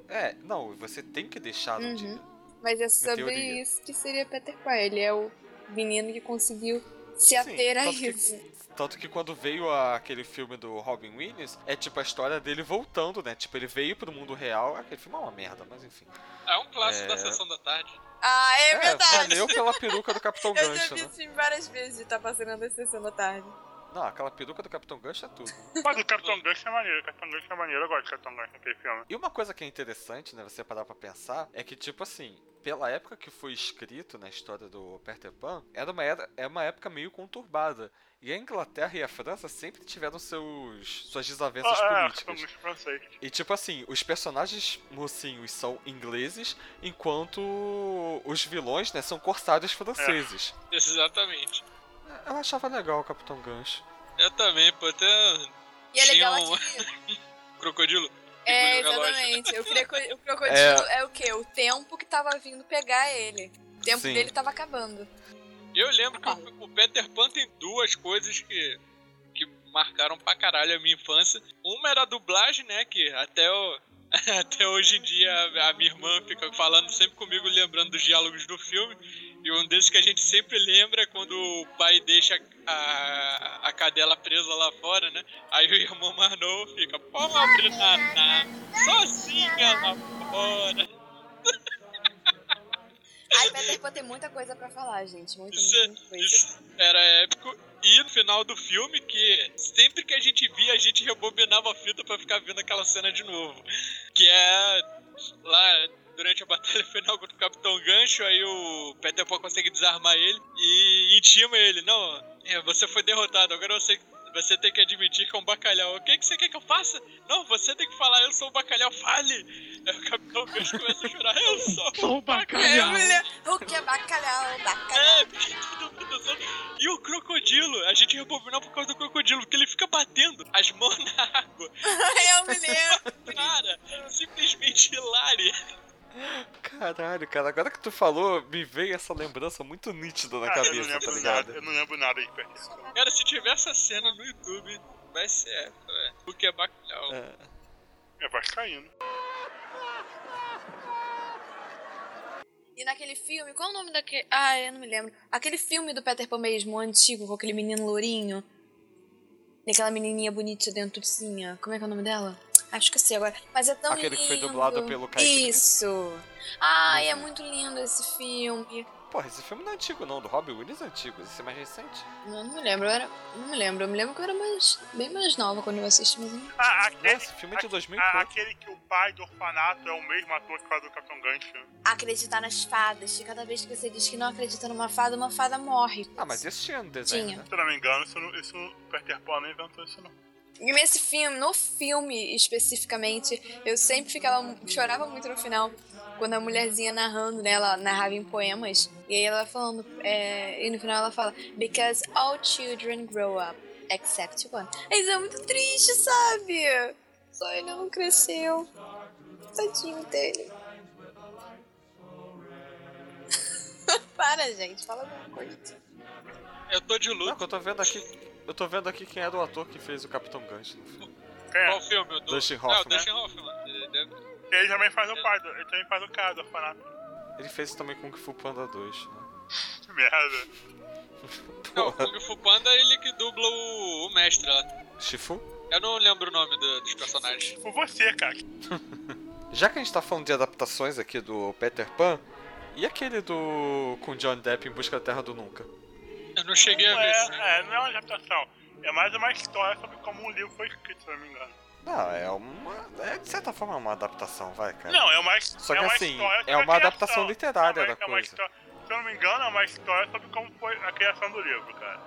S1: É, não, você tem que deixar no
S2: Uhum.
S1: dia.
S2: Mas é sobre
S1: teoria.
S2: isso que seria Peter Pan. Ele é o menino que conseguiu se
S1: Sim,
S2: ater a
S1: tanto que-
S2: isso.
S1: Tanto que quando veio a- aquele filme do Robin Williams, é tipo a história dele voltando, né? Tipo, ele veio pro mundo real. Aquele filme é uma merda, mas enfim.
S4: É um clássico
S1: É.
S4: da sessão da tarde.
S2: Ah, é,
S1: É,
S2: verdade.
S1: valeu pela peruca do Capitão
S2: Eu já
S1: Gancho,
S2: vi
S1: né?
S2: esse filme várias vezes de estar passando na sessão da tarde.
S1: Não, aquela peruca do Capitão Gancho é tudo.
S3: Mas o Capitão Gancho é maneiro, o Capitão Gancho é maneiro, eu gosto do Capitão Gancho naquele filme.
S1: E uma coisa que é interessante, né, você parar pra pensar, é que, tipo assim, pela época que foi escrito na história do Peter Pan, era uma, era, é uma época meio conturbada. E a Inglaterra e a França sempre tiveram seus suas desavenças
S3: Ah, é,
S1: políticas.
S3: Capitão Gancho francês.
S1: E tipo assim, os personagens mocinhos são ingleses, enquanto os vilões, né, são corsários franceses.
S4: Exatamente.
S3: É.
S1: Eu achava legal o Capitão Gancho.
S4: Eu também, pô. Até
S2: E é
S4: Tinha
S2: legal
S4: um-
S2: assim.
S4: crocodilo. que
S2: É,
S4: engoliu o relógio.
S2: exatamente. O, croco- o crocodilo é... o quê? O tempo que tava vindo pegar ele. O tempo
S1: Sim.
S2: dele tava acabando.
S4: Eu lembro que o- o Peter Pan tem duas coisas que, que marcaram pra caralho a minha infância. Uma era a dublagem, né? Que até, o, até hoje em dia a, a minha irmã fica falando sempre comigo, lembrando dos diálogos do filme. E um desses que a gente sempre lembra é quando o pai deixa a, a cadela presa lá fora, né? Aí o irmão mais novo fica, pobre naná, sozinha lá fora.
S2: Ai, Peter Pan tem muita coisa pra falar, gente. Muita,
S4: Isso é-
S2: muita, muita coisa.
S4: Isso era épico. E no final do filme, que sempre que a gente via, a gente rebobinava a fita pra ficar vendo aquela cena de novo. Que é lá durante a batalha final contra o Capitão Gancho, aí o Peter Pan consegue desarmar ele e intima ele. Não, é, você foi derrotado, agora você, você tem que admitir que é um bacalhau. O que, que você quer que eu faça? Não, você tem que falar, eu sou um bacalhau, fale! Aí o Capitão Gancho começa a chorar, eu sou um
S2: É,
S4: bacalhau!
S2: mulher, o que é bacalhau? Bacalhau.
S4: É, porque todo mundo dançando. E o crocodilo, a gente rebobinou por causa do crocodilo, porque ele fica batendo as mãos na água.
S2: É, mulher.
S4: Cara, simplesmente hilário.
S1: Caralho, cara, agora que tu falou, me veio essa lembrança muito nítida na
S3: Ah, eu não
S1: cabeça, tá
S3: lembro nada,
S1: ligado?
S3: eu não lembro nada de Peter Pan.
S4: Cara, se tiver essa cena no YouTube, vai ser essa, velho. Porque é bacalhau.
S1: É.
S3: É vascaíno.
S2: E naquele filme, qual o nome daquele. Ah, eu não me lembro. Aquele filme do Peter Pan mesmo, o antigo, com aquele menino lourinho. E aquela menininha bonitinha dentucinha. Como é que é o nome dela? Ah, esqueci agora. Mas é tão
S1: Aquele que foi
S2: lindo.
S1: dublado pelo Kaique Neves?
S2: Isso. Ai, é muito lindo esse filme.
S1: Porra, esse filme não é antigo não, do Robin Williams é antigo, esse é mais recente.
S2: Não, não me lembro, eu era. Não me lembro. Eu me lembro que eu era mais, bem mais nova quando eu assisti, mas eu não-
S3: Ah,
S1: Nossa,
S3: aquele,
S1: esse filme é de 2000
S3: ah, aquele que o pai do orfanato é o mesmo ator que faz o Capitão Gancho.
S2: Acreditar nas fadas. Que cada vez que você diz que não acredita numa fada, uma fada morre.
S1: Ah, mas esse tinha no desenho,
S2: Tinha.
S1: né?
S3: Se eu não me engano, isso, não- isso o Peter Pan não inventou isso não.
S2: E Nesse filme, no filme especificamente, eu sempre ficava, chorava muito no final, quando a mulherzinha narrando, né, ela narrava em poemas, e aí ela falando, é, e no final ela fala, because all children grow up, except one. Isso é muito triste, sabe? Só ele não cresceu. Tadinho dele. Para, gente, fala alguma coisa.
S4: Eu tô de
S1: Não,
S4: luto.
S1: que eu tô vendo aqui. Eu tô vendo aqui quem era o ator que fez o Capitão Gancho no filme.
S3: Quem é?
S4: Qual filme? O Do...
S1: Dustin
S4: Não, o
S1: Hoffman.
S4: Dustin Hoffman. Ele deve-
S3: Ele também faz
S1: é.
S3: o pai do, ele também faz o cara do orfanato.
S1: Ele fez também Kung Fu Panda 2. né?
S3: Que merda.
S4: Não, o
S1: Porra.
S4: Kung Fu Panda é ele que dubla o, o mestre lá.
S1: Shifu?
S4: Eu não lembro o nome do- dos personagens.
S3: Por você, cara.
S1: Já que a gente tá falando de adaptações aqui do Peter Pan, e aquele do. com John Depp em busca da Terra do Nunca?
S4: Eu não cheguei a
S3: Não
S4: ver.
S3: é,
S4: esse.
S3: é, não é uma adaptação. É mais uma história sobre como um livro foi escrito, se eu não me engano.
S1: Não, é uma. É de certa forma uma adaptação, vai, cara.
S3: Não, é uma
S1: Só que
S3: é uma
S1: assim,
S3: história
S1: é
S3: sobre a
S1: uma adaptação
S3: criação.
S1: literária
S3: É uma-
S1: da
S3: é uma
S1: coisa.
S3: histó- se eu não me engano, é uma história sobre como foi a criação do livro, cara.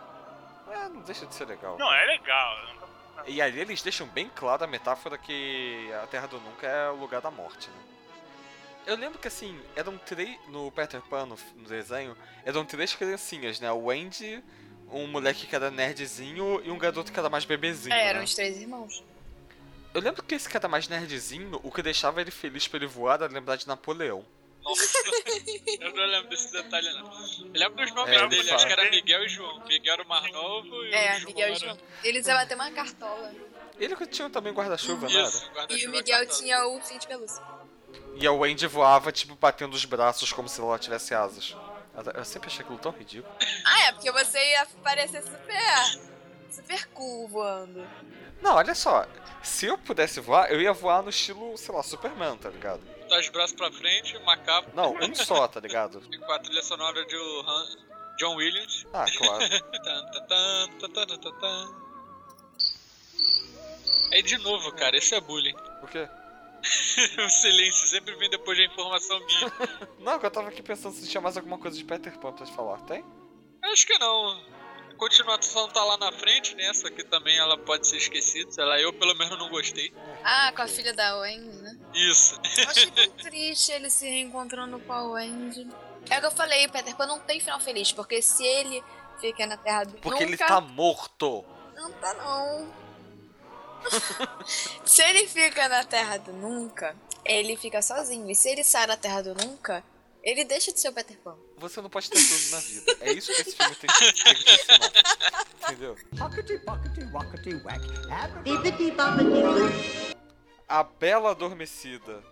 S1: É, não deixa de ser legal.
S3: Não, é legal. eu não-
S1: E ali eles deixam bem claro a metáfora que a Terra do Nunca é o lugar da morte, né? Eu lembro que assim, eram três. No Peter Pan, no, f- no desenho, eram três criancinhas, né? O Andy, um moleque que era nerdzinho e um garoto que era mais bebezinho.
S2: É, eram
S1: né?
S2: os três irmãos.
S1: Eu lembro que esse cara mais nerdzinho, o que deixava ele feliz pra ele voar era lembrar de Napoleão.
S4: Nossa, eu não lembro desse detalhe, não. Eu lembro dos
S1: É,
S4: nomes
S1: ele
S4: dele, acho
S1: fala.
S4: que era Miguel e João. Miguel era o mais novo e
S2: É,
S4: o João
S2: Miguel e
S4: era...
S2: João. Eles iam bater uma cartola.
S1: Ele que tinha também guarda-chuva, né?
S4: Isso, guarda-chuva
S2: E o Miguel
S4: catado.
S2: tinha o fim de pelúcia.
S1: E a Wendy voava, tipo, batendo os braços como se ela tivesse asas. Eu- Eu sempre achei aquilo tão ridículo.
S2: Ah, é, porque você ia parecer super. super cool voando.
S1: Não, olha só. Se eu pudesse voar, eu ia voar no estilo, sei lá, Superman, tá ligado?
S4: Tá os braços pra frente, uma capa
S1: Não, um só, tá ligado?
S4: e com a trilha sonora de o Han- John Williams.
S1: Ah, claro.
S4: Tan, tan, tan, tan, tan, tan, tan. Aí de novo, cara, isso é bullying.
S1: O quê?
S4: o silêncio sempre vem depois da informação minha.
S1: Não, que eu tava aqui pensando se tinha mais alguma coisa de Peter Pan pra te falar. Tem?
S4: Acho que não. A continuação tá lá na frente, né? Só que também ela pode ser esquecida. Sei lá, eu pelo menos não gostei.
S2: Ah, com a filha da Wendy, né?
S4: Isso.
S2: Eu achei tão triste ele se reencontrando com a Wendy. É o que eu falei, Peter Pan não tem final feliz, porque se ele fica na Terra do
S1: Porque
S2: Nunca,
S1: ele tá morto.
S2: Não tá não. se ele fica na Terra do Nunca, ele fica sozinho. E se ele sai da Terra do Nunca, ele deixa de ser o Peter Pan.
S1: Você não pode ter tudo na vida. É isso que esse filme tem, tem que te ensinar. Entendeu?
S5: Hockety pockety rockety whack. Abracadabra.
S6: Bibbidi bobbidi boo.
S1: A Bela Adormecida.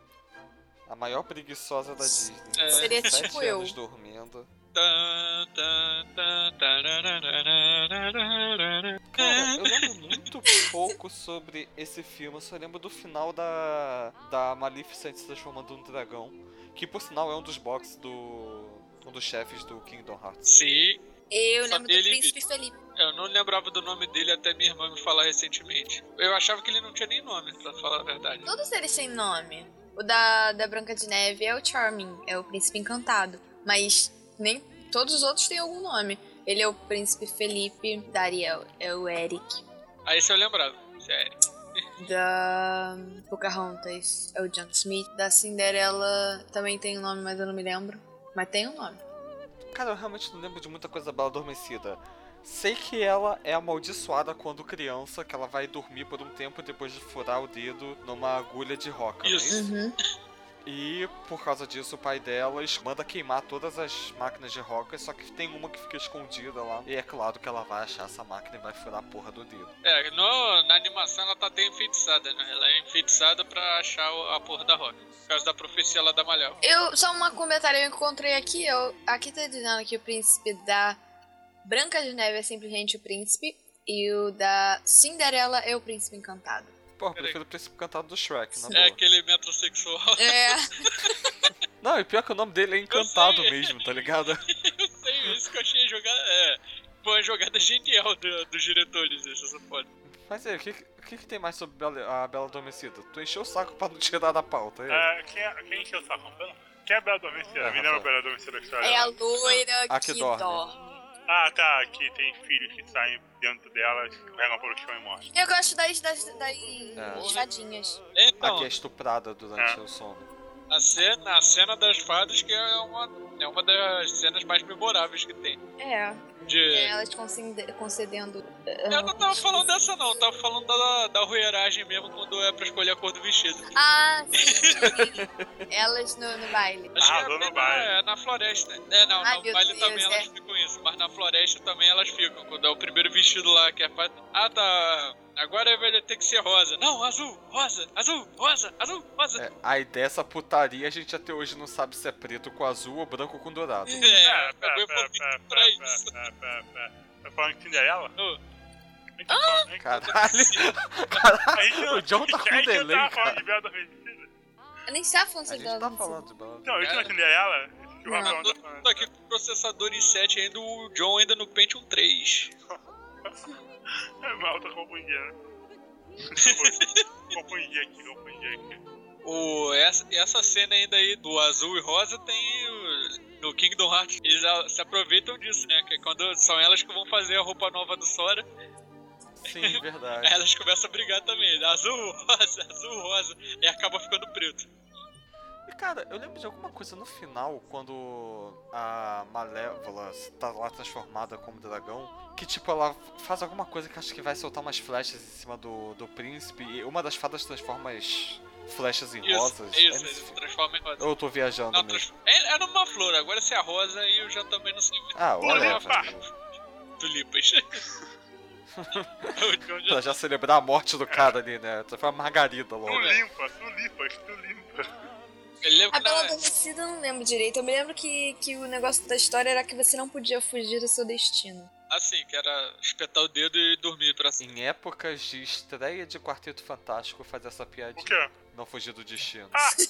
S1: A maior preguiçosa da Disney. Faz
S2: Seria
S1: sete
S2: tipo eu.
S1: anos dormindo.
S4: Tan, tan, tan, tarararararararara.
S1: Cara, eu lembro muito pouco sobre esse filme. Eu só lembro do final da, da Maleficent se transformando num dragão. Que, por sinal, é um dos boxes do, um dos chefes do Kingdom Hearts.
S4: Sim,
S2: Eu
S4: Só
S2: lembro do
S4: dele,
S2: Príncipe Felipe.
S4: eu não lembrava do nome dele até minha irmã me falar recentemente. Eu achava que ele não tinha nem nome, pra falar a verdade.
S2: Todos eles têm nome. O da, da Branca de Neve é o Charming, é o Príncipe Encantado. Mas nem todos os outros têm algum nome. Ele é o Príncipe Felipe, da Ariel é o Eric,
S4: Aí se eu lembrava, sério.
S2: da Pocahontas é o John Smith, da Cinderela também tem um nome, mas eu não me lembro. Mas tem um nome.
S1: Cara, eu realmente não lembro de muita coisa da Bela Adormecida. Sei que ela é amaldiçoada quando criança, que ela vai dormir por um tempo depois de furar o dedo numa agulha de roca, não é
S2: Uhum.
S4: Isso.
S1: isso? E por causa disso, o pai dela es- manda queimar todas as máquinas de roca, só que tem uma que fica escondida lá. E é claro que ela vai achar essa máquina e vai furar a porra do dedo.
S4: É, no, na animação ela tá até enfeitiçada, né? Ela é enfeitiçada pra achar o- a porra da roca. Por causa da profecia lá da Malhau.
S2: Eu, só um comentário eu encontrei aqui. Eu, aqui tá dizendo que o príncipe da Branca de Neve é simplesmente o príncipe. E o da Cinderela é o príncipe encantado.
S1: Porra,
S4: Peraí.
S1: prefiro o príncipe cantado do Shrek, na
S4: É
S1: boa.
S4: aquele metrosexual.
S2: É.
S1: Não, e pior que o nome dele é encantado
S4: sei.
S1: mesmo, tá ligado?
S4: Eu sei, isso que eu achei a jogada. É, foi uma jogada genial do- dos diretores, essa foda.
S1: Mas aí, o que, o que, que tem mais sobre Bela- a Bela Adormecida? Tu encheu o saco pra não tirar da pauta, aí.
S3: É, quem, é- quem encheu o saco? Não? Quem é a Bela Adormecida?
S1: É,
S3: Me lembra a
S1: Rafael.
S3: Bela Adormecida que você
S2: É a loira
S1: A que
S2: que,
S1: dorme.
S2: dorme.
S3: Ah, tá, que tem filhos que saem dentro dela, escorregam pelo chão e morrem.
S2: Eu gosto das, das, das
S1: É.
S2: fadinhas.
S1: A que
S4: Então,
S1: é estuprada durante
S3: É.
S1: o sono.
S4: a cena, a cena das fadas que é uma, é uma das cenas mais memoráveis que tem.
S2: É.
S4: De,
S2: Elas concede- concedendo. ah,
S4: Eu não tava falando dessa não, eu tava falando da, da rueragem mesmo quando é pra escolher a cor do vestido.
S2: Ah, sim, sim. Elas no, no baile.
S4: Acho
S3: Arrasou
S4: que é,
S3: no baile.
S4: é, na floresta. É, não,
S2: Ai,
S4: no
S2: meu
S4: baile
S2: Deus,
S4: também elas
S2: é.
S4: ficam isso, mas na floresta também elas ficam. Quando é o primeiro vestido lá que é faz. Ah, tá. Agora vai ter que ser rosa. Não, azul, rosa, azul, rosa, azul, rosa.
S1: É, aí dessa putaria a gente até hoje não sabe se é preto com azul ou branco com dourado.
S4: É, pegou e foi
S3: pera,
S4: pra isso.
S3: pera, pera, pera. Tá falando de Cinderela?
S4: Ô.
S3: A gente tá falando- a gente-
S1: Caralho!
S3: a gente não-
S1: o John tá com
S3: a gente não
S1: delay,
S3: tava
S1: cara.
S3: falando de Bela Adormecida.
S2: Eu nem estava falando
S1: A
S2: sobre
S1: gente tá
S2: elas, não sei.
S1: falando de Bela
S3: Não, a gente não é Cinderela? Que o
S2: Não.
S3: Rafael
S4: Tô,
S3: tá falando.
S4: tô aqui com o processador i7 ainda, o John ainda no Pentium 3.
S3: É, Mal, tô tá confundindo. Confundi- Confundi aqui, confundi aqui.
S4: O, essa, essa cena ainda aí do azul e rosa tem o- no Kingdom Hearts. Eles a- se aproveitam disso, né? Que é quando são elas que vão fazer a roupa nova do Sora,
S1: Sim,
S4: aí
S1: verdade.
S4: elas começam a brigar também. Azul, rosa, azul, rosa. E acaba ficando preto.
S1: E cara, eu lembro de alguma coisa no final, quando a Malévola tá lá transformada como dragão, que tipo, ela faz alguma coisa que acho que vai soltar umas flechas em cima do, do príncipe, e uma das fadas transforma as flechas em
S4: Isso,
S1: rosas.
S4: isso,
S1: É
S4: ele
S1: nesse-
S4: se transforma em rosa.
S1: Ou eu tô viajando né?
S4: Não,
S1: mesmo?
S4: trans- é- Era uma flor, agora se é a rosa aí eu já também não sei muito.
S1: Ah, olha.
S3: Tulipa.
S4: Tulipas. o John já
S1: Pra já celebrar a morte do cara ali, né? Foi a Margarida logo.
S3: Tu limpa, tu limpa, tu limpa.
S4: Ele lembra-
S2: A Bela Adormecida eu não lembro direito. Eu me lembro que, que o negócio da história era que você não podia fugir do seu destino.
S4: Assim, que era espetar o dedo e dormir pra cima.
S1: Em épocas de estreia de Quarteto Fantástico, fazer essa
S3: O
S1: piadinha.
S3: quê?
S1: Não fugir do destino.
S2: Badu.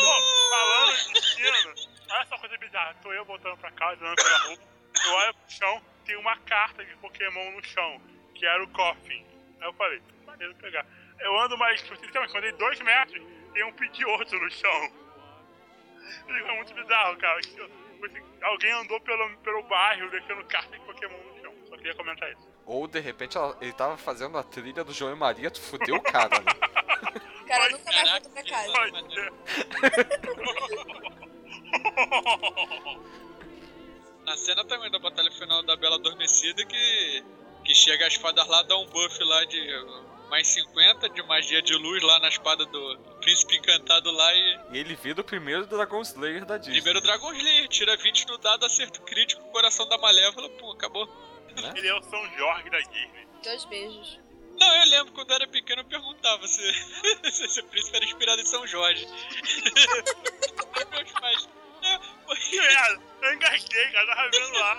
S3: Pô, falando de destino, olha só coisa bizarra. Tô eu voltando pra casa, andando pela rua. Eu olho pro chão, tem uma carta de Pokémon no chão, que era o Coffin. Aí eu falei, maneiro pegar. Eu ando mais, tipo, sinceramente, quando eu andei dois metros, tem um Pidgeotto no chão. Isso é muito bizarro, cara. que eu- assim, Alguém andou pelo, pelo bairro deixando carta de Pokémon no chão. Só queria comentar isso.
S1: Ou de repente ela- ele tava fazendo a trilha do João e Maria, tu fudeu o cara, né?
S2: Cara, eu nunca mais
S4: Caraca,
S2: volto pra
S4: que
S2: casa.
S4: bizarro.
S3: Pode ser.
S4: Na cena também da batalha final da Bela Adormecida que, que chega as fadas lá, dá um buff lá de mais 50 de magia de luz lá na espada do príncipe encantado lá e
S1: E ele vira o primeiro Dragon Slayer da Disney.
S4: primeiro Dragon Slayer, tira 20 no dado, acerto crítico, coração da malévola, pum, acabou.
S3: Ele é o São Jorge da Disney.
S2: Dois beijos.
S4: Não, eu lembro quando eu era pequeno eu perguntava se, se esse príncipe era inspirado em São Jorge. Meus pais. "É,
S3: Que merda! Eu engasguei, cara, tava vendo lá.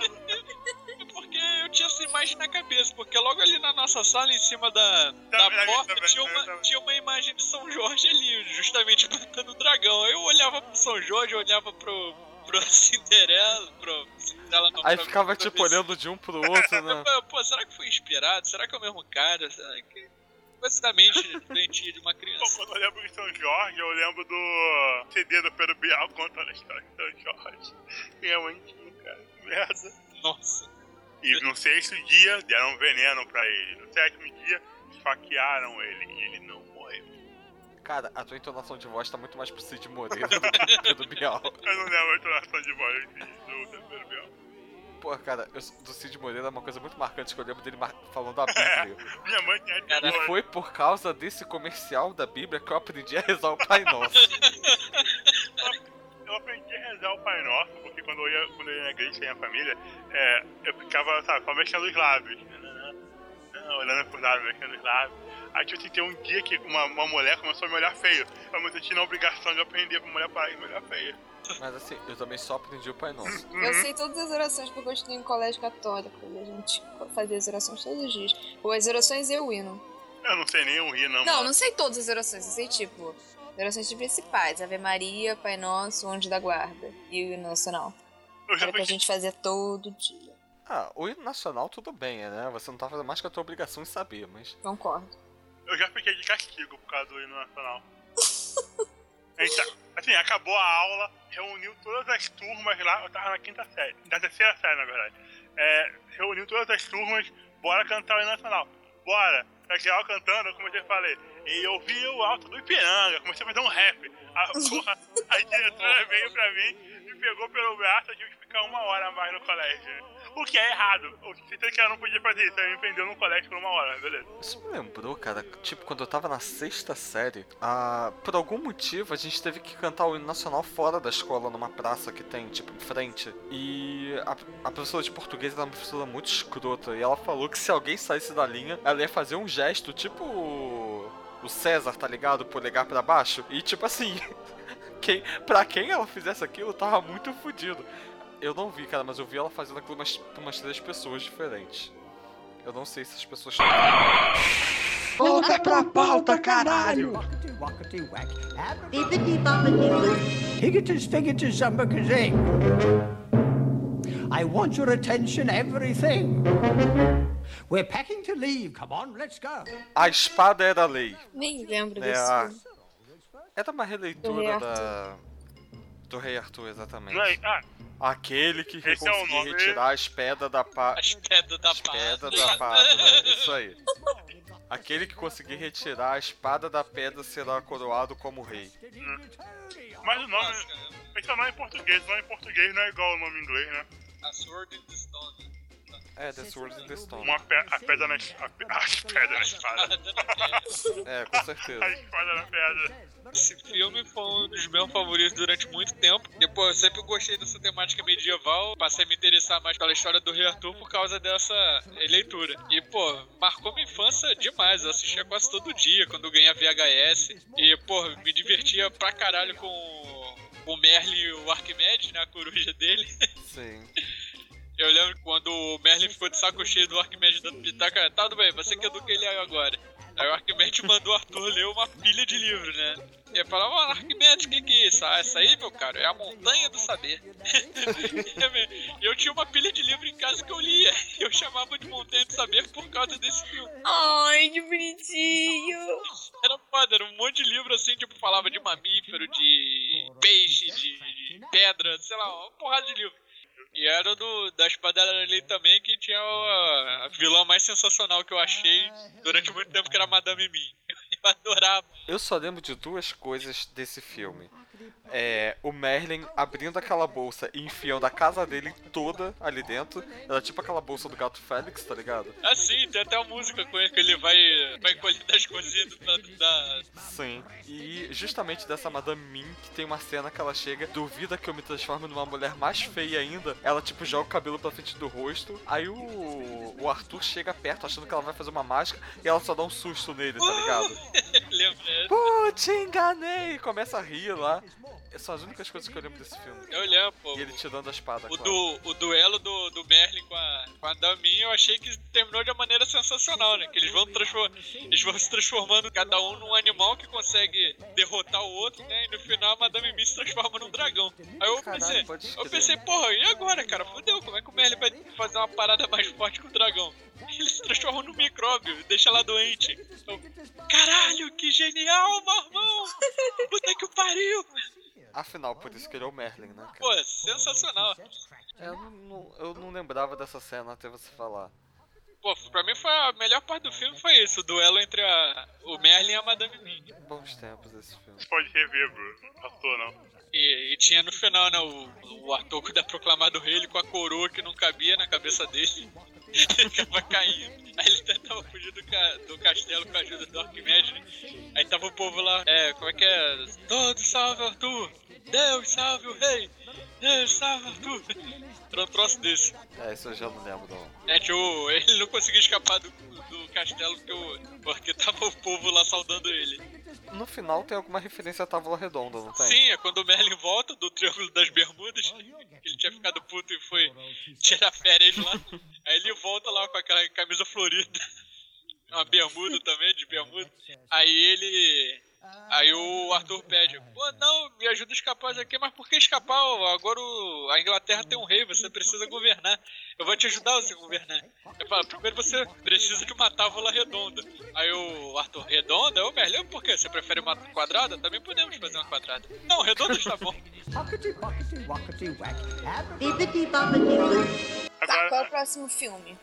S4: É Porque eu tinha essa imagem na cabeça, porque logo ali na nossa sala, em cima da, da
S3: também,
S4: porta,
S3: também,
S4: tinha,
S3: também,
S4: uma,
S3: também.
S4: tinha uma imagem de São Jorge ali, justamente matando o dragão. Eu olhava pro São Jorge, eu olhava pro pro Cinderela, pro Cinderela não,
S1: Aí
S4: pra-
S1: ficava
S4: pra
S1: tipo
S4: vizinha.
S1: olhando de um pro outro, né?
S4: Pô, pô, será que foi inspirado? Será que é o mesmo cara? Será que... Coisa da mente doentia de uma
S3: Pô,
S4: criança.
S3: quando eu lembro de São Jorge, eu lembro do CD do Pedro Bial contando a história de São Jorge. Minha mãe tinha, cara. Que merda.
S4: Nossa.
S3: E no sexto dia, deram veneno pra ele. No sétimo dia, esfaquearam ele. E ele não morreu.
S1: Cara, a tua entonação de voz tá muito mais pro Cid Moreira do que pro do Bial.
S3: Eu não lembro a entonação de voz do do Pedro Bial.
S1: Pô, cara, eu, do Cid Moreira é uma coisa muito marcante que eu lembro dele mar- falando da Bíblia.
S3: Minha mãe tinha
S1: E
S3: terror.
S1: foi por causa desse comercial da Bíblia que eu aprendi a rezar o Pai Nosso.
S3: Eu aprendi a rezar o Pai Nosso, porque quando eu ia, quando eu ia na igreja com a minha família, é, eu ficava, sabe, só mexendo os lábios. Não, Olhando por lado, mexendo os lábios. Aí tipo, assim, tem um dia que uma, uma mulher começou a me olhar feio. Eu me senti na obrigação de aprender pra mulher parar de me olhar feia.
S1: Mas assim, eu também só aprendi o Pai Nosso.
S2: Eu sei todas as orações porque eu estudei em colégio católico. E a gente fazia as orações todos os dias. Ou as orações e o hino.
S3: Eu não sei nem um rir, não.
S2: Não, não sei todas as orações. Eu sei, tipo, as orações principais. Ave Maria, Pai Nosso, Anjo da Guarda. E o hino nacional.
S3: eu já
S2: Era pra
S3: aprendi.
S2: gente fazer todo dia.
S1: Ah, o hino nacional tudo bem, né? Você não tá fazendo mais que a tua obrigação em saber, mas.
S2: Concordo.
S3: Eu já fiquei de castigo por causa do hino nacional. A gente tá- assim, acabou a aula, reuniu todas as turmas lá, eu tava na quinta série, na terceira série, na verdade. É, reuniu todas as turmas, bora cantar o hino nacional. Bora! Na geral cantando, eu comecei a falar, e eu vi o alto do Ipiranga, comecei a fazer um rap. A, porra, a diretora veio pra mim, me pegou pelo braço, eu tive que ficar uma hora a mais no colégio. O que é errado. Eu sei que ela não podia fazer isso, ela me prendeu no colégio por uma hora, mas beleza.
S1: Isso me lembrou, cara, tipo, quando eu tava na sexta série, ah, por algum motivo a gente teve que cantar o hino nacional fora da escola, numa praça que tem, tipo, em frente. E a, a professora de português era uma professora muito escrota, e ela falou que se alguém saísse da linha, ela ia fazer um gesto, tipo. O César, tá ligado? Polegar pra baixo. E tipo assim. Quem, pra quem ela fizesse aquilo, tava muito fudido. Eu não vi, cara, mas eu vi ela fazendo aquilo umas, pra umas três pessoas diferentes. Eu não sei se as pessoas
S5: Volta pra pauta, caralho! Rockety, rockety, whack.
S6: Bibbidi bobbidi boo.
S5: Higgitus figgitus zumbakazing. I want your attention, everything. We're packing to leave. Come on, let's go.
S1: A espada era a lei.
S2: Nem lembro
S1: É,
S2: desse
S1: a-
S2: filme.
S1: Era uma
S2: Do Rei
S1: releitura da. Do Rei Arthur, exatamente.
S3: Não, e- ah,
S1: Aquele que
S3: Esse é o
S1: conseguia
S3: nome.
S1: retirar as pedras da pá.
S4: As pedras da
S1: As
S4: pata.
S1: pedras da pata, né? Isso aí. Aquele que conseguir retirar a espada da pedra será coroado como rei.
S3: Mas o nome. Esse é o nome em português. O nome em português não é igual ao nome em inglês, né?
S4: A Sword in the Stone.
S1: É, The Sword in the Stone.
S3: Uma pe a pedra na es- a pe As pedras na espada.
S1: É, com
S3: A
S1: certeza.
S3: espada na pedra.
S4: Esse filme foi um dos meus favoritos durante muito tempo. Depois eu sempre gostei dessa temática medieval. Passei a me interessar mais pela história do Rei Arthur por causa dessa leitura. E, pô, marcou minha infância demais. Eu assistia quase todo dia quando eu ganhava VHS. E, pô, me divertia pra caralho com o Merlin e o Arquimedes, né? A coruja dele.
S1: Sim.
S4: Eu lembro quando o Merlin ficou de saco cheio do Arquimedes dando pitaca. Tá, tudo bem, você que educa ele agora. Aí o Arquimedes mandou o Arthur ler uma pilha de livro, né? E ele falava, "Ó, Arquimedes, o que, que é isso? Ah, essa aí, meu caro, é a montanha do saber. E eu tinha uma pilha de livro em casa que eu lia. E eu chamava de montanha do saber por causa desse filme.
S2: Ai, que bonitinho.
S4: Era foda, era um monte de livro assim, tipo, falava de mamífero, de peixe, de, de pedra, sei lá, uma porrada de livro. E era do, da espada ali também que tinha a, a vilã mais sensacional que eu achei durante muito tempo, que era a Madame Mim. Eu adorava.
S1: Eu só lembro de duas coisas desse filme. É, o Merlin abrindo aquela bolsa e enfiando a casa dele toda ali dentro. Era tipo aquela bolsa do gato Félix, tá ligado?
S4: Assim, tem até uma música com ele que ele vai, vai colhendo as coisinhas do- da,
S1: Sim. E justamente dessa Madame Mim, que tem uma cena que ela chega, duvida que eu me transforme numa mulher mais feia ainda. Ela, tipo, joga o cabelo pra frente do rosto. Aí o, o Arthur chega perto achando que ela vai fazer uma mágica e ela só dá um susto nele, tá ligado?
S4: Lembra?
S1: Pô, te enganei! E Começa a rir lá. São as únicas coisas que eu lembro desse filme.
S4: Eu lembro, pô.
S1: E ele tirando Tá a espada,
S4: O,
S1: claro.
S4: du, o duelo do, do Merlin com a, com a Damin eu achei que terminou de uma maneira sensacional, né? Que eles vão, transfor- eles vão se transformando cada um num animal que consegue derrotar o outro, né? E no final a Madame Mi se transforma num dragão. Aí eu
S1: Caralho,
S4: pensei,
S1: pode
S4: eu
S1: crer.
S4: pensei, porra, e agora, cara? Fudeu, como é que o Merlin vai fazer uma parada mais forte que o dragão? Ele se transforma num micróbio, deixa ela doente. Eu, Caralho, que genial, Marmão! Puta que o pariu!
S1: Afinal, por isso que ele é o Merlin, né? cara?
S4: Pô, sensacional.
S1: Eu não- não, eu não lembrava dessa cena até você falar.
S4: Pô, pra mim foi a melhor parte do filme foi isso, o duelo entre a, o Merlin e a Madame Mim.
S1: Bons tempos esse filme.
S3: Pode rever, Bruno. Passou, não.
S4: E, e tinha no final, né, o, o ator que dá proclamado rei, ele com a coroa que não cabia na cabeça dele. ele ficava caindo. Aí ele tentava fugir do, ca- do castelo com a ajuda do Arquimedes. né? Aí tava o povo lá, é, como é que é? Todo salve Arthur! Deus salve o rei! Deus salve Arthur! Era um troço desse.
S1: É, isso eu já não lembro, não.
S4: É, tipo, ele não conseguia escapar do, do castelo porque, o, porque tava o povo lá saudando ele.
S1: No final tem alguma referência à Távola Redonda, não tem?
S4: Sim, é quando o Merlin volta do Triângulo das Bermudas, que ele tinha ficado puto e foi tirar férias lá. Aí ele volta lá com aquela camisa florida, É uma bermuda também, de bermuda. Aí ele. Aí o Arthur pede: Pô, não, me ajuda a escapar daqui, mas por que escapar? Agora o- a Inglaterra tem um rei, você precisa governar. Eu vou te ajudar você a governar. Eu falo: primeiro você precisa de uma tábua redonda. Aí o Arthur: Redonda? Eu, Merlin, por quê? Você prefere uma quadrada? Também podemos fazer uma quadrada. Não, redonda está bom.
S5: Hockety, pockety, wockety, whack. Abracadabra.
S6: Bibbidi bobbidi boo.
S2: Tá, qual é o
S3: Agora,
S2: próximo filme?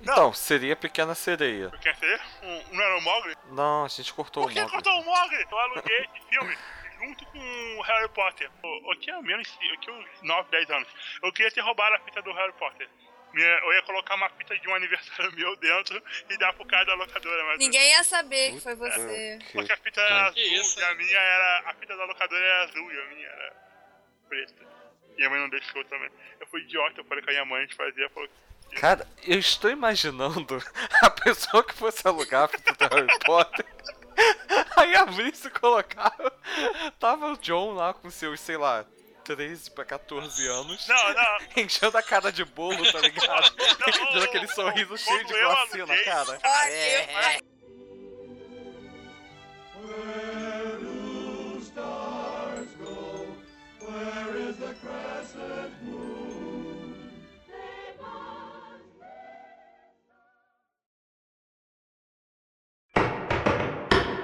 S1: Então, seria Pequena Sereia.
S3: quer dizer, um- não era o Mogli?
S1: Não, a gente cortou
S3: Por
S1: o
S3: que
S1: nome.
S3: cortou o Mogli? Eu aluguei esse filme junto com o Harry Potter. Eu, eu tinha menos, eu tinha uns 9, 10 anos. Eu queria ter roubado a fita do Harry Potter. Minha- Eu ia colocar uma fita de um aniversário meu dentro e dar pro cara da locadora, mas...
S2: Ninguém ia saber que foi você.
S3: Porque a fita
S1: Que
S3: era azul
S4: isso,
S3: e a
S4: hein?
S3: minha era. A fita da locadora era azul e a minha era preta. E a mãe não deixou também. Eu fui idiota, eu falei com a minha mãe, a gente fazia, falou.
S1: Cara, eu estou imaginando a pessoa que fosse alugar a fita do Harry Potter. Aí abrisse e colocava. Tava o John lá com seus, sei lá, 13 pra 14 anos.
S3: Não, não.
S1: Enchendo a cara de bolo, tá ligado?
S3: Não,
S1: Dando aquele
S3: não,
S1: sorriso
S3: não,
S1: cheio de
S3: quando eu
S1: glacina,
S3: aluguei-
S1: cara.
S2: Olha,
S3: É,
S2: eu-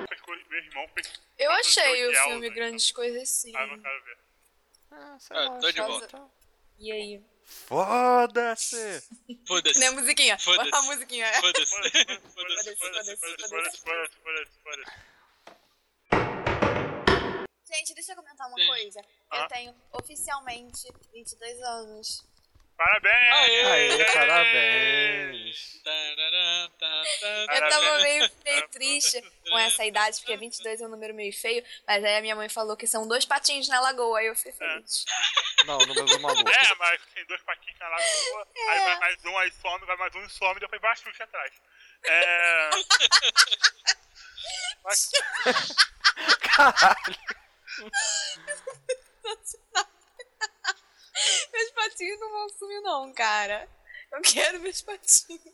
S3: fez com- Meu irmão fez.
S2: eu achei o
S3: Odiar
S2: filme
S3: os-
S2: Grandes Coisas sim.
S3: Ah, não quero ver.
S1: Ah, sei
S4: Ah, tô de
S1: cara.
S4: volta.
S2: E aí?
S1: Foda-se!
S4: Foda-se.
S2: Né, musiquinha?
S4: Foda-se.
S2: A musiquinha.
S4: Foda-se.
S3: Foda-se, foda-se, foda-se, foda-se, foda-se, foda-se, foda-se.
S2: Gente, deixa eu comentar uma
S4: Sim.
S2: coisa.
S3: Ah.
S2: Eu tenho oficialmente 22 anos.
S3: Parabéns!
S1: Aê, parabéns!
S4: Tarará, tá, tá, tá.
S2: Eu
S3: Parabéns.
S2: tava meio, meio triste com essa idade, porque 22 é um número meio feio. Mas aí a minha mãe falou que são dois patinhos na lagoa, aí eu fiquei feliz.
S1: Não, número do maluco.
S3: É, mas tem dois patinhos na lagoa, aí vai mais um, aí some, vai mais um e some, depois vai chute atrás. É. Mas- É,
S2: meus patinhos não vão sumir, não, cara. Eu quero meus patinhos.